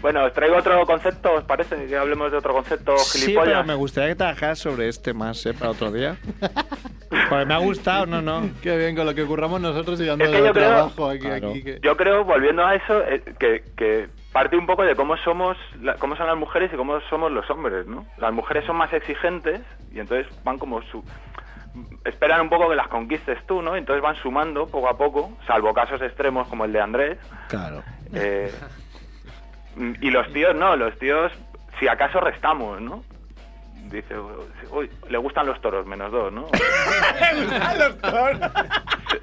S12: Bueno, os traigo otro concepto, ¿os parece? Que hablemos de otro concepto
S1: Sí, pero
S12: gilipollas.
S1: me gustaría que trabajaras sobre este más, ¿eh? Para otro día. Porque me ha gustado, no, no.
S5: Qué bien, con lo que curramos nosotros y dando
S12: Es que yo creo-
S5: trabajo aquí,
S1: Claro.
S5: aquí. que-
S12: Yo creo, volviendo a eso, eh, que, que parte un poco de cómo somos, la- cómo son las mujeres y cómo somos los hombres, ¿no? Las mujeres son más exigentes y entonces van como su esperan un poco que las conquistes tú, ¿no? Entonces van sumando poco a poco, salvo casos extremos como el de Andrés.
S1: Claro.
S12: eh, y los tíos no, los tíos si acaso restamos, ¿no? Dice, uy, le gustan los toros, menos dos, ¿no?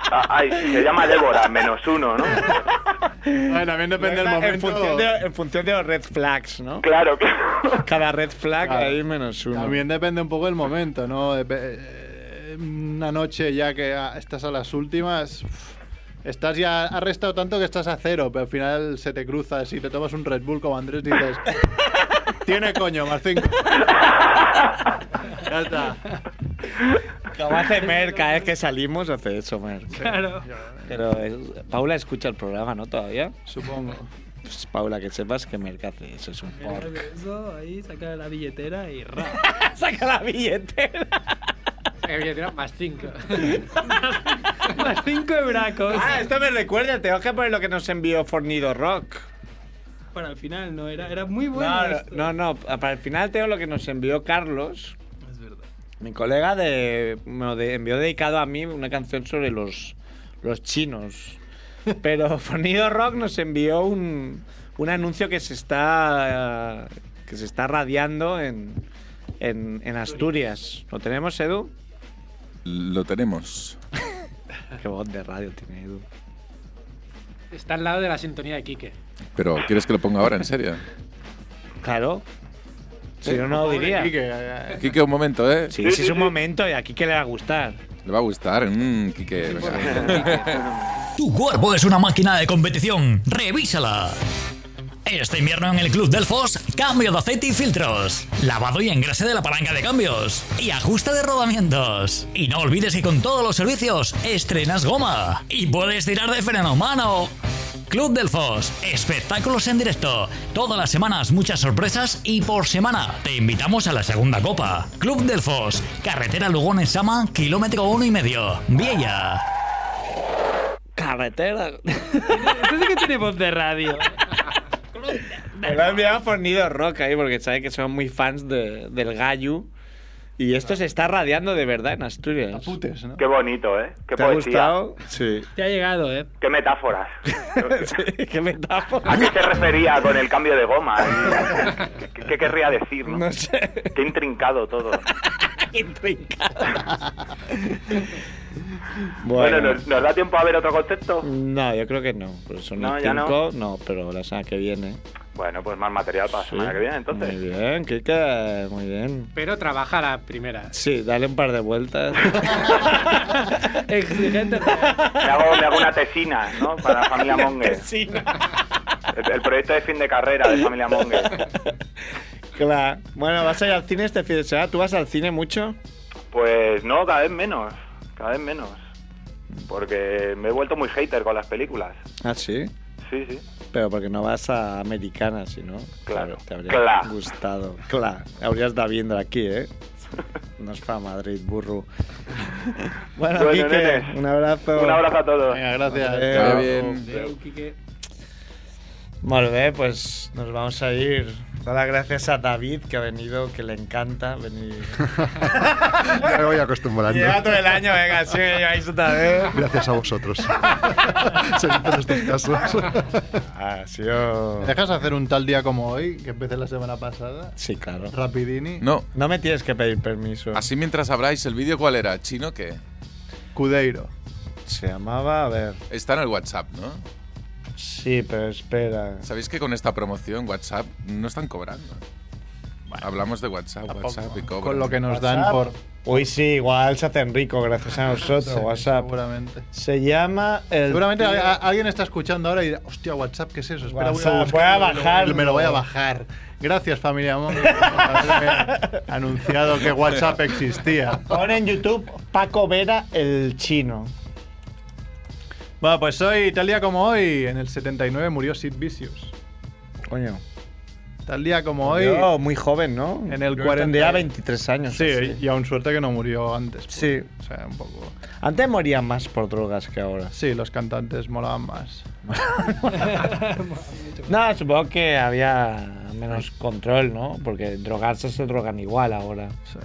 S12: Ah, Ay, se llama Débora, menos uno, ¿no?
S5: Bueno, también depende del
S1: En
S5: momento.
S1: función, de, en función de los red flags, ¿no?
S12: Claro, claro.
S1: Cada red flag
S5: Claro.
S1: ahí menos uno.
S5: También depende un poco del momento, ¿no? Dep- eh, Una noche ya que ah, estás a las últimas, uf, estás ya has restado tanto que estás a cero, pero al final se te cruza. Si te tomas un Red Bull como Andrés, dices, tiene coño, más cinco. ya está.
S1: Como hace Mer, cada vez que salimos hace eso, Mer.
S8: Claro.
S1: Pero es- Paula escucha el programa, ¿no? Todavía.
S5: Supongo.
S1: Pues, Paula, que sepas que Merck hace eso, es un porro.
S8: Eso, ahí saca la billetera y ra.
S1: Saca la billetera.
S2: Que voy a tirar más 5.
S8: Más cinco bracos.
S1: Ah, esto me recuerda, tengo que poner lo que nos envió Fornido Rock.
S8: Para el final, no, era, era muy bueno.
S1: No,
S8: esto.
S1: no, no, para el final tengo lo que nos envió Carlos.
S8: Es verdad.
S1: Mi colega de, me lo de- envió dedicado a mí una canción sobre los, los chinos. Pero Fornido Rock nos envió un, un anuncio que se está eh, que se está radiando en, en, en Asturias. ¿Lo tenemos, Edu?
S13: Lo tenemos.
S8: Ah.
S1: Qué voz de radio tiene Edu.
S2: Está al lado de la sintonía de Quique.
S4: Pero ¿quieres que lo ponga ahora, en serio?
S1: Claro. Si no, no lo diría.
S5: Quique, eh,
S4: Quique, un mommomento, ¿eh?
S1: Sí, sí, es un momento y aquí que le va a gustar.
S4: Le va a gustar. Mm, Quique, venga.
S14: Tu cuerpo es una máquina de competición. Revísala. Este invierno en el Club Delfos, cambio de aceite y filtros, lavado y engrase de la palanca de cambios y ajuste de rodamientos. Y no olvides que con todos los servicios estrenas goma y puedes tirar de freno mano. Club Delfos, espectáculos en directo. Todas las semanas muchas sorpresas y por semana te invitamos a la segunda copa. Club Delfos, carretera Lugones-Sama, kilómetro uno y medio, Viella.
S1: Carretera.
S8: Este sí que tiene voz de radio.
S1: Colombia ha fornido rock ahí porque sabe que son muy fans de- del gallo. Y esto se está radiando de verdad en Asturias.
S12: Qué bonito, ¿eh? Qué
S1: ¿Te ha
S12: poesía.
S1: gustado? Sí.
S8: Te ha llegado, ¿eh?
S12: Qué metáforas.
S1: qué metáforas.
S12: ¿A qué se refería con el cambio de goma? ¿Qué, qué querría decir? No, Qué intrincado todo. Bueno, ¿nos, nos da tiempo a ver otro contexto?
S1: No, yo creo que no. Pero son
S12: No,
S1: las
S12: ya no.
S1: cinco, no, pero la semana que viene.
S12: Bueno, pues más material para la
S1: Sí.
S12: semana que viene, entonces.
S1: Muy bien, Kika, muy bien.
S2: Pero trabaja la primera.
S1: Sí, dale un par de vueltas.
S8: Exigente.
S12: Me hago, me hago una tesina, ¿no? Para la familia Monger. El, el proyecto de fin de carrera de familia Monger.
S1: claro. Bueno, ¿vas a ir al cine este fin de semana? ¿Tú vas al cine mucho?
S12: Pues no, cada vez menos. Cada vez menos. Porque me he vuelto muy hater con las películas.
S1: Ah, sí.
S12: Sí, sí.
S1: Pero porque no vas a americana, si no.
S12: Claro.
S1: Te habría
S12: Claro.
S1: gustado. Claro. Habrías estado viendo aquí, ¿eh? No es para Madrid, burro. Bueno,
S12: Bueno,
S1: Quique,
S12: nenes.
S1: un abrazo.
S12: Un abrazo a todos. Venga,
S5: gracias.
S1: Adeu.
S5: Chao.
S2: Adeu, Quique.
S1: Molt bé, pues nos vamos a ir. Todas las gracias a David, que ha venido, que le encanta venir.
S7: Ya me voy acostumbrando.
S1: Lleva todo el año, venga, sí, me lleváis otra vez.
S5: ¿eh?
S7: Gracias a vosotros. Se dicen estos casos.
S1: Ha sido...
S5: ¿Me dejas hacer un tal día como hoy, que empecé la semana pasada?
S1: Sí, claro.
S5: Rapidini.
S4: No.
S1: No me tienes que pedir permiso.
S4: Así mientras habláis, ¿el vídeo cuál era? ¿Chino qué?
S5: Cudeiro.
S1: Se llamaba, a ver.
S4: Está en el WhatsApp, ¿no?
S1: Sí, pero espera.
S4: ¿Sabéis que con esta promoción WhatsApp no están cobrando? Hablamos de WhatsApp, WhatsApp y cobran.
S5: Con lo que nos dan por.
S1: Uy, sí, igual se hacen rico gracias a nosotros,
S5: Sí,
S1: WhatsApp.
S5: Seguramente.
S1: Se llama el.
S5: Seguramente
S1: tío-
S5: a- a- alguien está escuchando ahora y dirá, hostia, WhatsApp, ¿qué es eso? Espera,
S1: WhatsApp, voy a
S5: buscarlo, me lo-
S1: bajarlo.
S5: Me lo voy a bajar. Gracias, familia Monge, por haberme anunciado que WhatsApp existía.
S1: Pon en YouTube Paco Vera el chino.
S5: Bueno, pues hoy, tal día como hoy, en el 79 murió Sid Vicious.
S1: Coño.
S5: Tal día como hoy.
S1: Yo, muy joven, ¿no?
S5: En el
S1: Yo
S5: 40.
S1: Tendría 23 años.
S5: Sí,
S1: así.
S5: y aún suerte que no murió antes.
S1: Sí.
S5: O sea, un poco.
S1: Antes morían más por drogas que ahora.
S5: Sí, los cantantes molaban más.
S1: No, supongo que había menos control, ¿no? Porque drogarse se drogan igual ahora.
S5: Sí.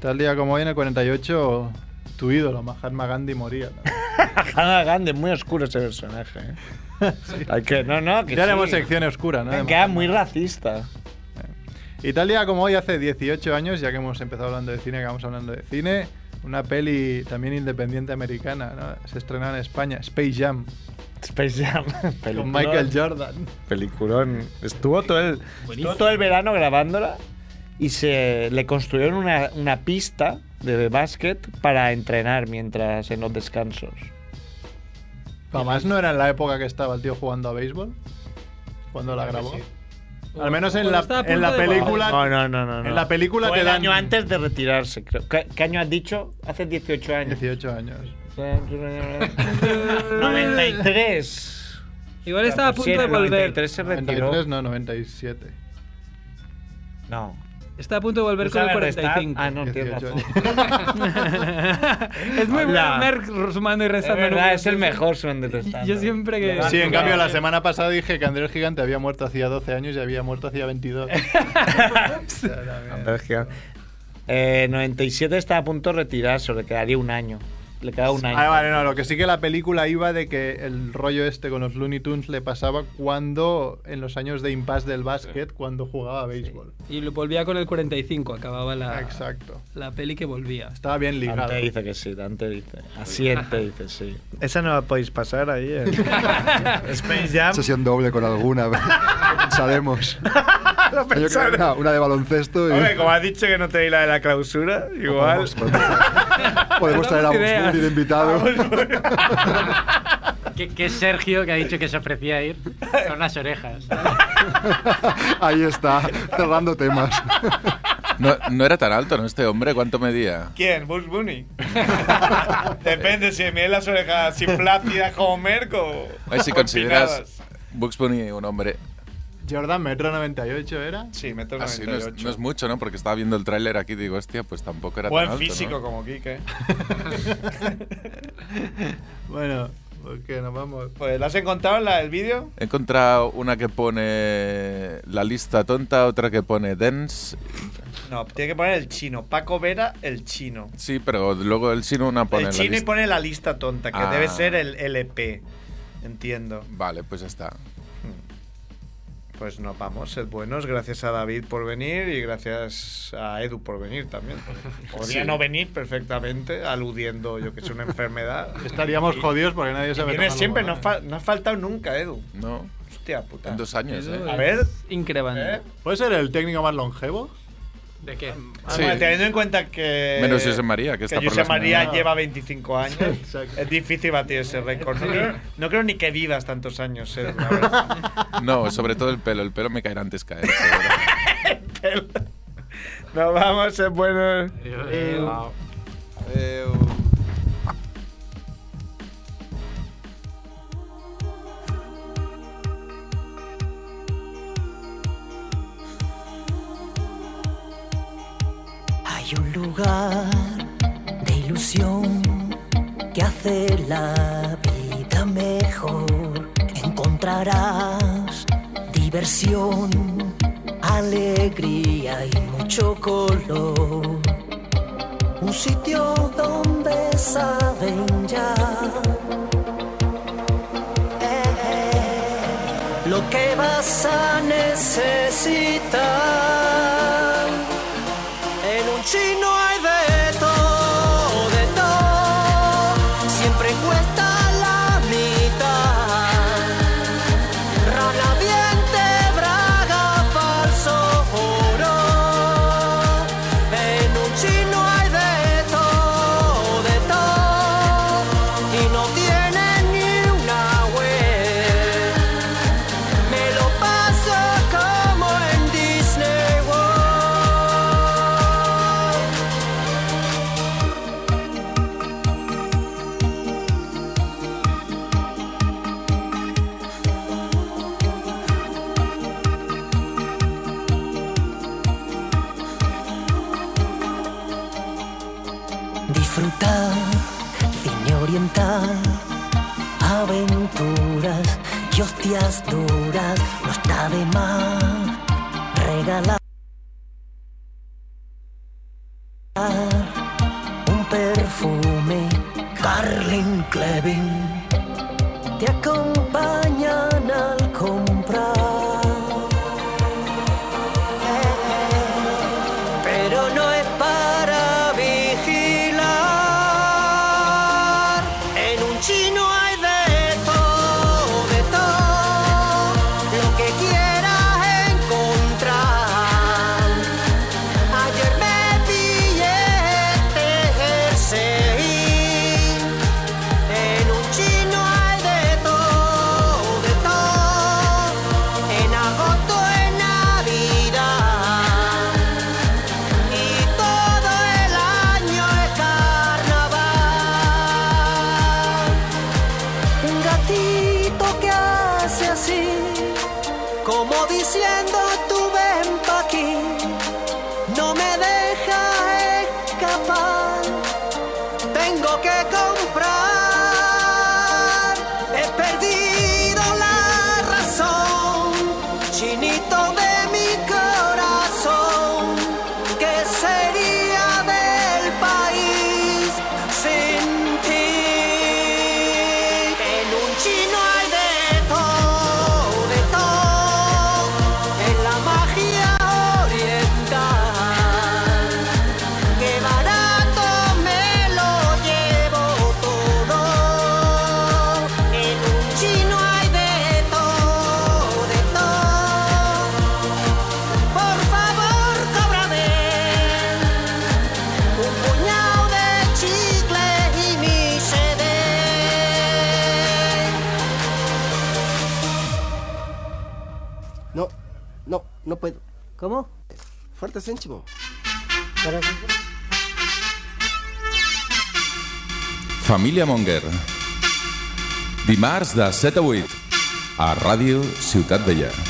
S5: Tal día como hoy, en el 48, tu ídolo, Mahatma Gandhi, moría.
S1: Hannah Gandhi, muy oscuro ese personaje. ¿eh? Hay que, no, no, que
S5: Ya
S1: sí.
S5: haremos sección oscura, ¿no?
S1: Me queda muy racista.
S5: Y tal día como hoy, hace 18 años, ya que hemos empezado hablando de cine, que vamos hablando de cine, una peli también independiente americana, ¿no? Se estrenaba en España, Space Jam,
S1: Space Jam.
S5: con
S1: peliculón.
S5: Michael Jordan.
S1: Peliculón. Estuvo todo el, estuvo todo el verano grabándola y se le construyeron una, una pista de básquet para entrenar mientras en los descansos.
S5: Además, no era en la época que estaba el tío jugando a béisbol, cuando la grabó. Al menos en
S8: Cuando
S5: la,
S8: Pues estaba a
S5: en la
S8: punto de-
S5: película.
S1: No, no, no, no.
S5: en
S1: no.
S5: la película
S1: Fue
S5: te
S1: el
S5: dan-
S1: año antes de retirarse, creo. ¿Qué, qué año has dicho? Hace 18 años.
S5: 18 años.
S1: 93.
S8: Igual estaba a punto de volver.
S1: 93 se retiró.
S5: 93, no, 97.
S1: No.
S8: Está a punto de volver con el
S1: ¿Sabe restar?
S8: 45.
S1: Ah, no, tienes
S5: 18
S1: razón.
S8: es muy bueno
S1: Hola.
S8: Merck sumando y
S1: Es
S8: restando.
S1: verdad,
S8: números.
S1: es el mejor son de restando.
S8: Yo siempre que-
S5: Sí, en cambio, la semana pasada dije que Andrés Gigante había muerto hacía 12 años y había muerto hacía 22.
S1: Andrés Gigante. Eh, 97 está a punto de retirarse, le quedaría un año. Le queda un año.
S5: Ah, vale, no, lo que sí que la película iba de que el rollo este con los Looney Tunes le pasaba cuando, en los años de impasse del básquet, cuando jugaba a béisbol.
S8: Y lo volvía con el 45, acababa la,
S5: Exacto.
S8: la peli que volvía.
S5: Estaba bien ligado.
S1: Dante dice que sí, Dante dice. Asiente dice sí.
S6: Esa no la podéis pasar ahí. eh. en Space Jam.
S7: Sesión doble con alguna. Sabemos.
S6: Lo
S7: Yo creo que
S6: pensaré.
S7: una, una de baloncesto. y-
S6: Hombre, como has dicho que no te di la de la clausura, igual.
S7: Podemos traer a
S8: Tenemos ideas.
S7: Busburi de invitado.
S2: Que, que es Sergio que ha dicho que se ofrecía a ir con las orejas.
S7: Ahí está, cerrando temas.
S4: No, no era tan alto, ¿no? Este hombre, ¿cuánto medía?
S6: ¿Quién? ¿Bugs Bunny? Depende si me las orejas así plácidas como Merco.
S4: Ay, si consideras Bugs Bunny un hombre.
S5: Jordan, metro 98 era.
S6: Sí, metro
S4: Así Ah, no es,
S6: 98.
S4: no es mucho, ¿no? Porque estaba viendo el tráiler aquí y digo, hostia, pues tampoco era
S6: Buen
S4: tan alto.
S6: físico
S4: ¿no?
S6: como Kike.
S5: Bueno, Porque nos vamos.
S1: Pues, ¿la has encontrado en la- el vídeo?
S4: He encontrado una que pone la lista tonta, otra que pone dance.
S1: No, tiene que poner el chino. Paco Vera, el chino.
S4: Sí, pero luego el chino una pone
S1: el
S4: la
S1: chino y
S4: lista.
S1: pone la lista tonta, que
S4: Ah.
S1: debe ser el LP. Entiendo.
S4: Vale, pues ya está.
S1: Pues nos vamos, sed buenos. Gracias a David por venir y gracias a Edu por venir también. Podría
S5: Sí.
S1: no venir perfectamente, aludiendo yo que es una enfermedad.
S5: Estaríamos
S1: Y-
S5: jodidos porque nadie
S1: y
S5: sabe.
S1: Vienes
S5: tocar
S1: siempre,
S5: la
S1: no,
S5: bola.
S1: fa- no has faltado nunca, Edu.
S4: No.
S1: Hostia puta.
S4: En dos años,
S5: Edu
S4: ¿eh?
S1: A ver.
S15: Increíble.
S1: ¿eh?
S5: ¿Puede ser el técnico más longevo?
S1: ¿De qué?
S4: Sí.
S1: Ah, teniendo en cuenta que.
S4: Menos José María, que está por
S1: José
S4: las
S1: María
S4: mañanas.
S1: lleva 25 años. es difícil batir ese récord. No creo, no creo ni que vivas tantos años, Edu, la verdad.
S4: No, sobre todo el pelo. El pelo me caerá antes caer.
S1: Nos vamos, es bueno.
S4: Eh,
S16: Adiós.
S17: Hay un lugar de ilusión que hace la vida mejor. Encontrarás diversión, alegría y mucho color. Un sitio donde saben ya eh, eh, lo que vas a necesitar. En un chino hay de todo, de todo. Siempre cuesta la mitad. Rana diente, braga, falso oro. En un chino hay de todo, de todo. Y no tiene ni una web. Me lo paso como en Disney World. Disfrutar, cine oriental, aventuras y hostias duras, no está de más regalar. un perfume Carlin Clevin te acompañan al comprar pero no es para vigilar en un chino hay de todo de todo lo que quieras encontrar Ayer me pillé este jersey En un chino hay de todo, de todo En agosto, en Navidad Y todo el año es carnaval Un gatito que hace así Como diciendo tú ven pa' aquí no me deja escapar. Tengo que comprar. He perdido la razón, chinito de mi corazón. ¿Qué sería del país sin ti? En un chino hay de todo, de todo en la magia oriental. Qué barato me lo llevo todo. En un chino hay de todo, de todo. Por favor, cóbrame un puñado de chicle y mi CD.
S18: No, no, no puedo. ¿Cómo? Fuerte céntimo.
S19: Família Monger. Dimarts de 7 a 8 a Ràdio Ciutat Vella.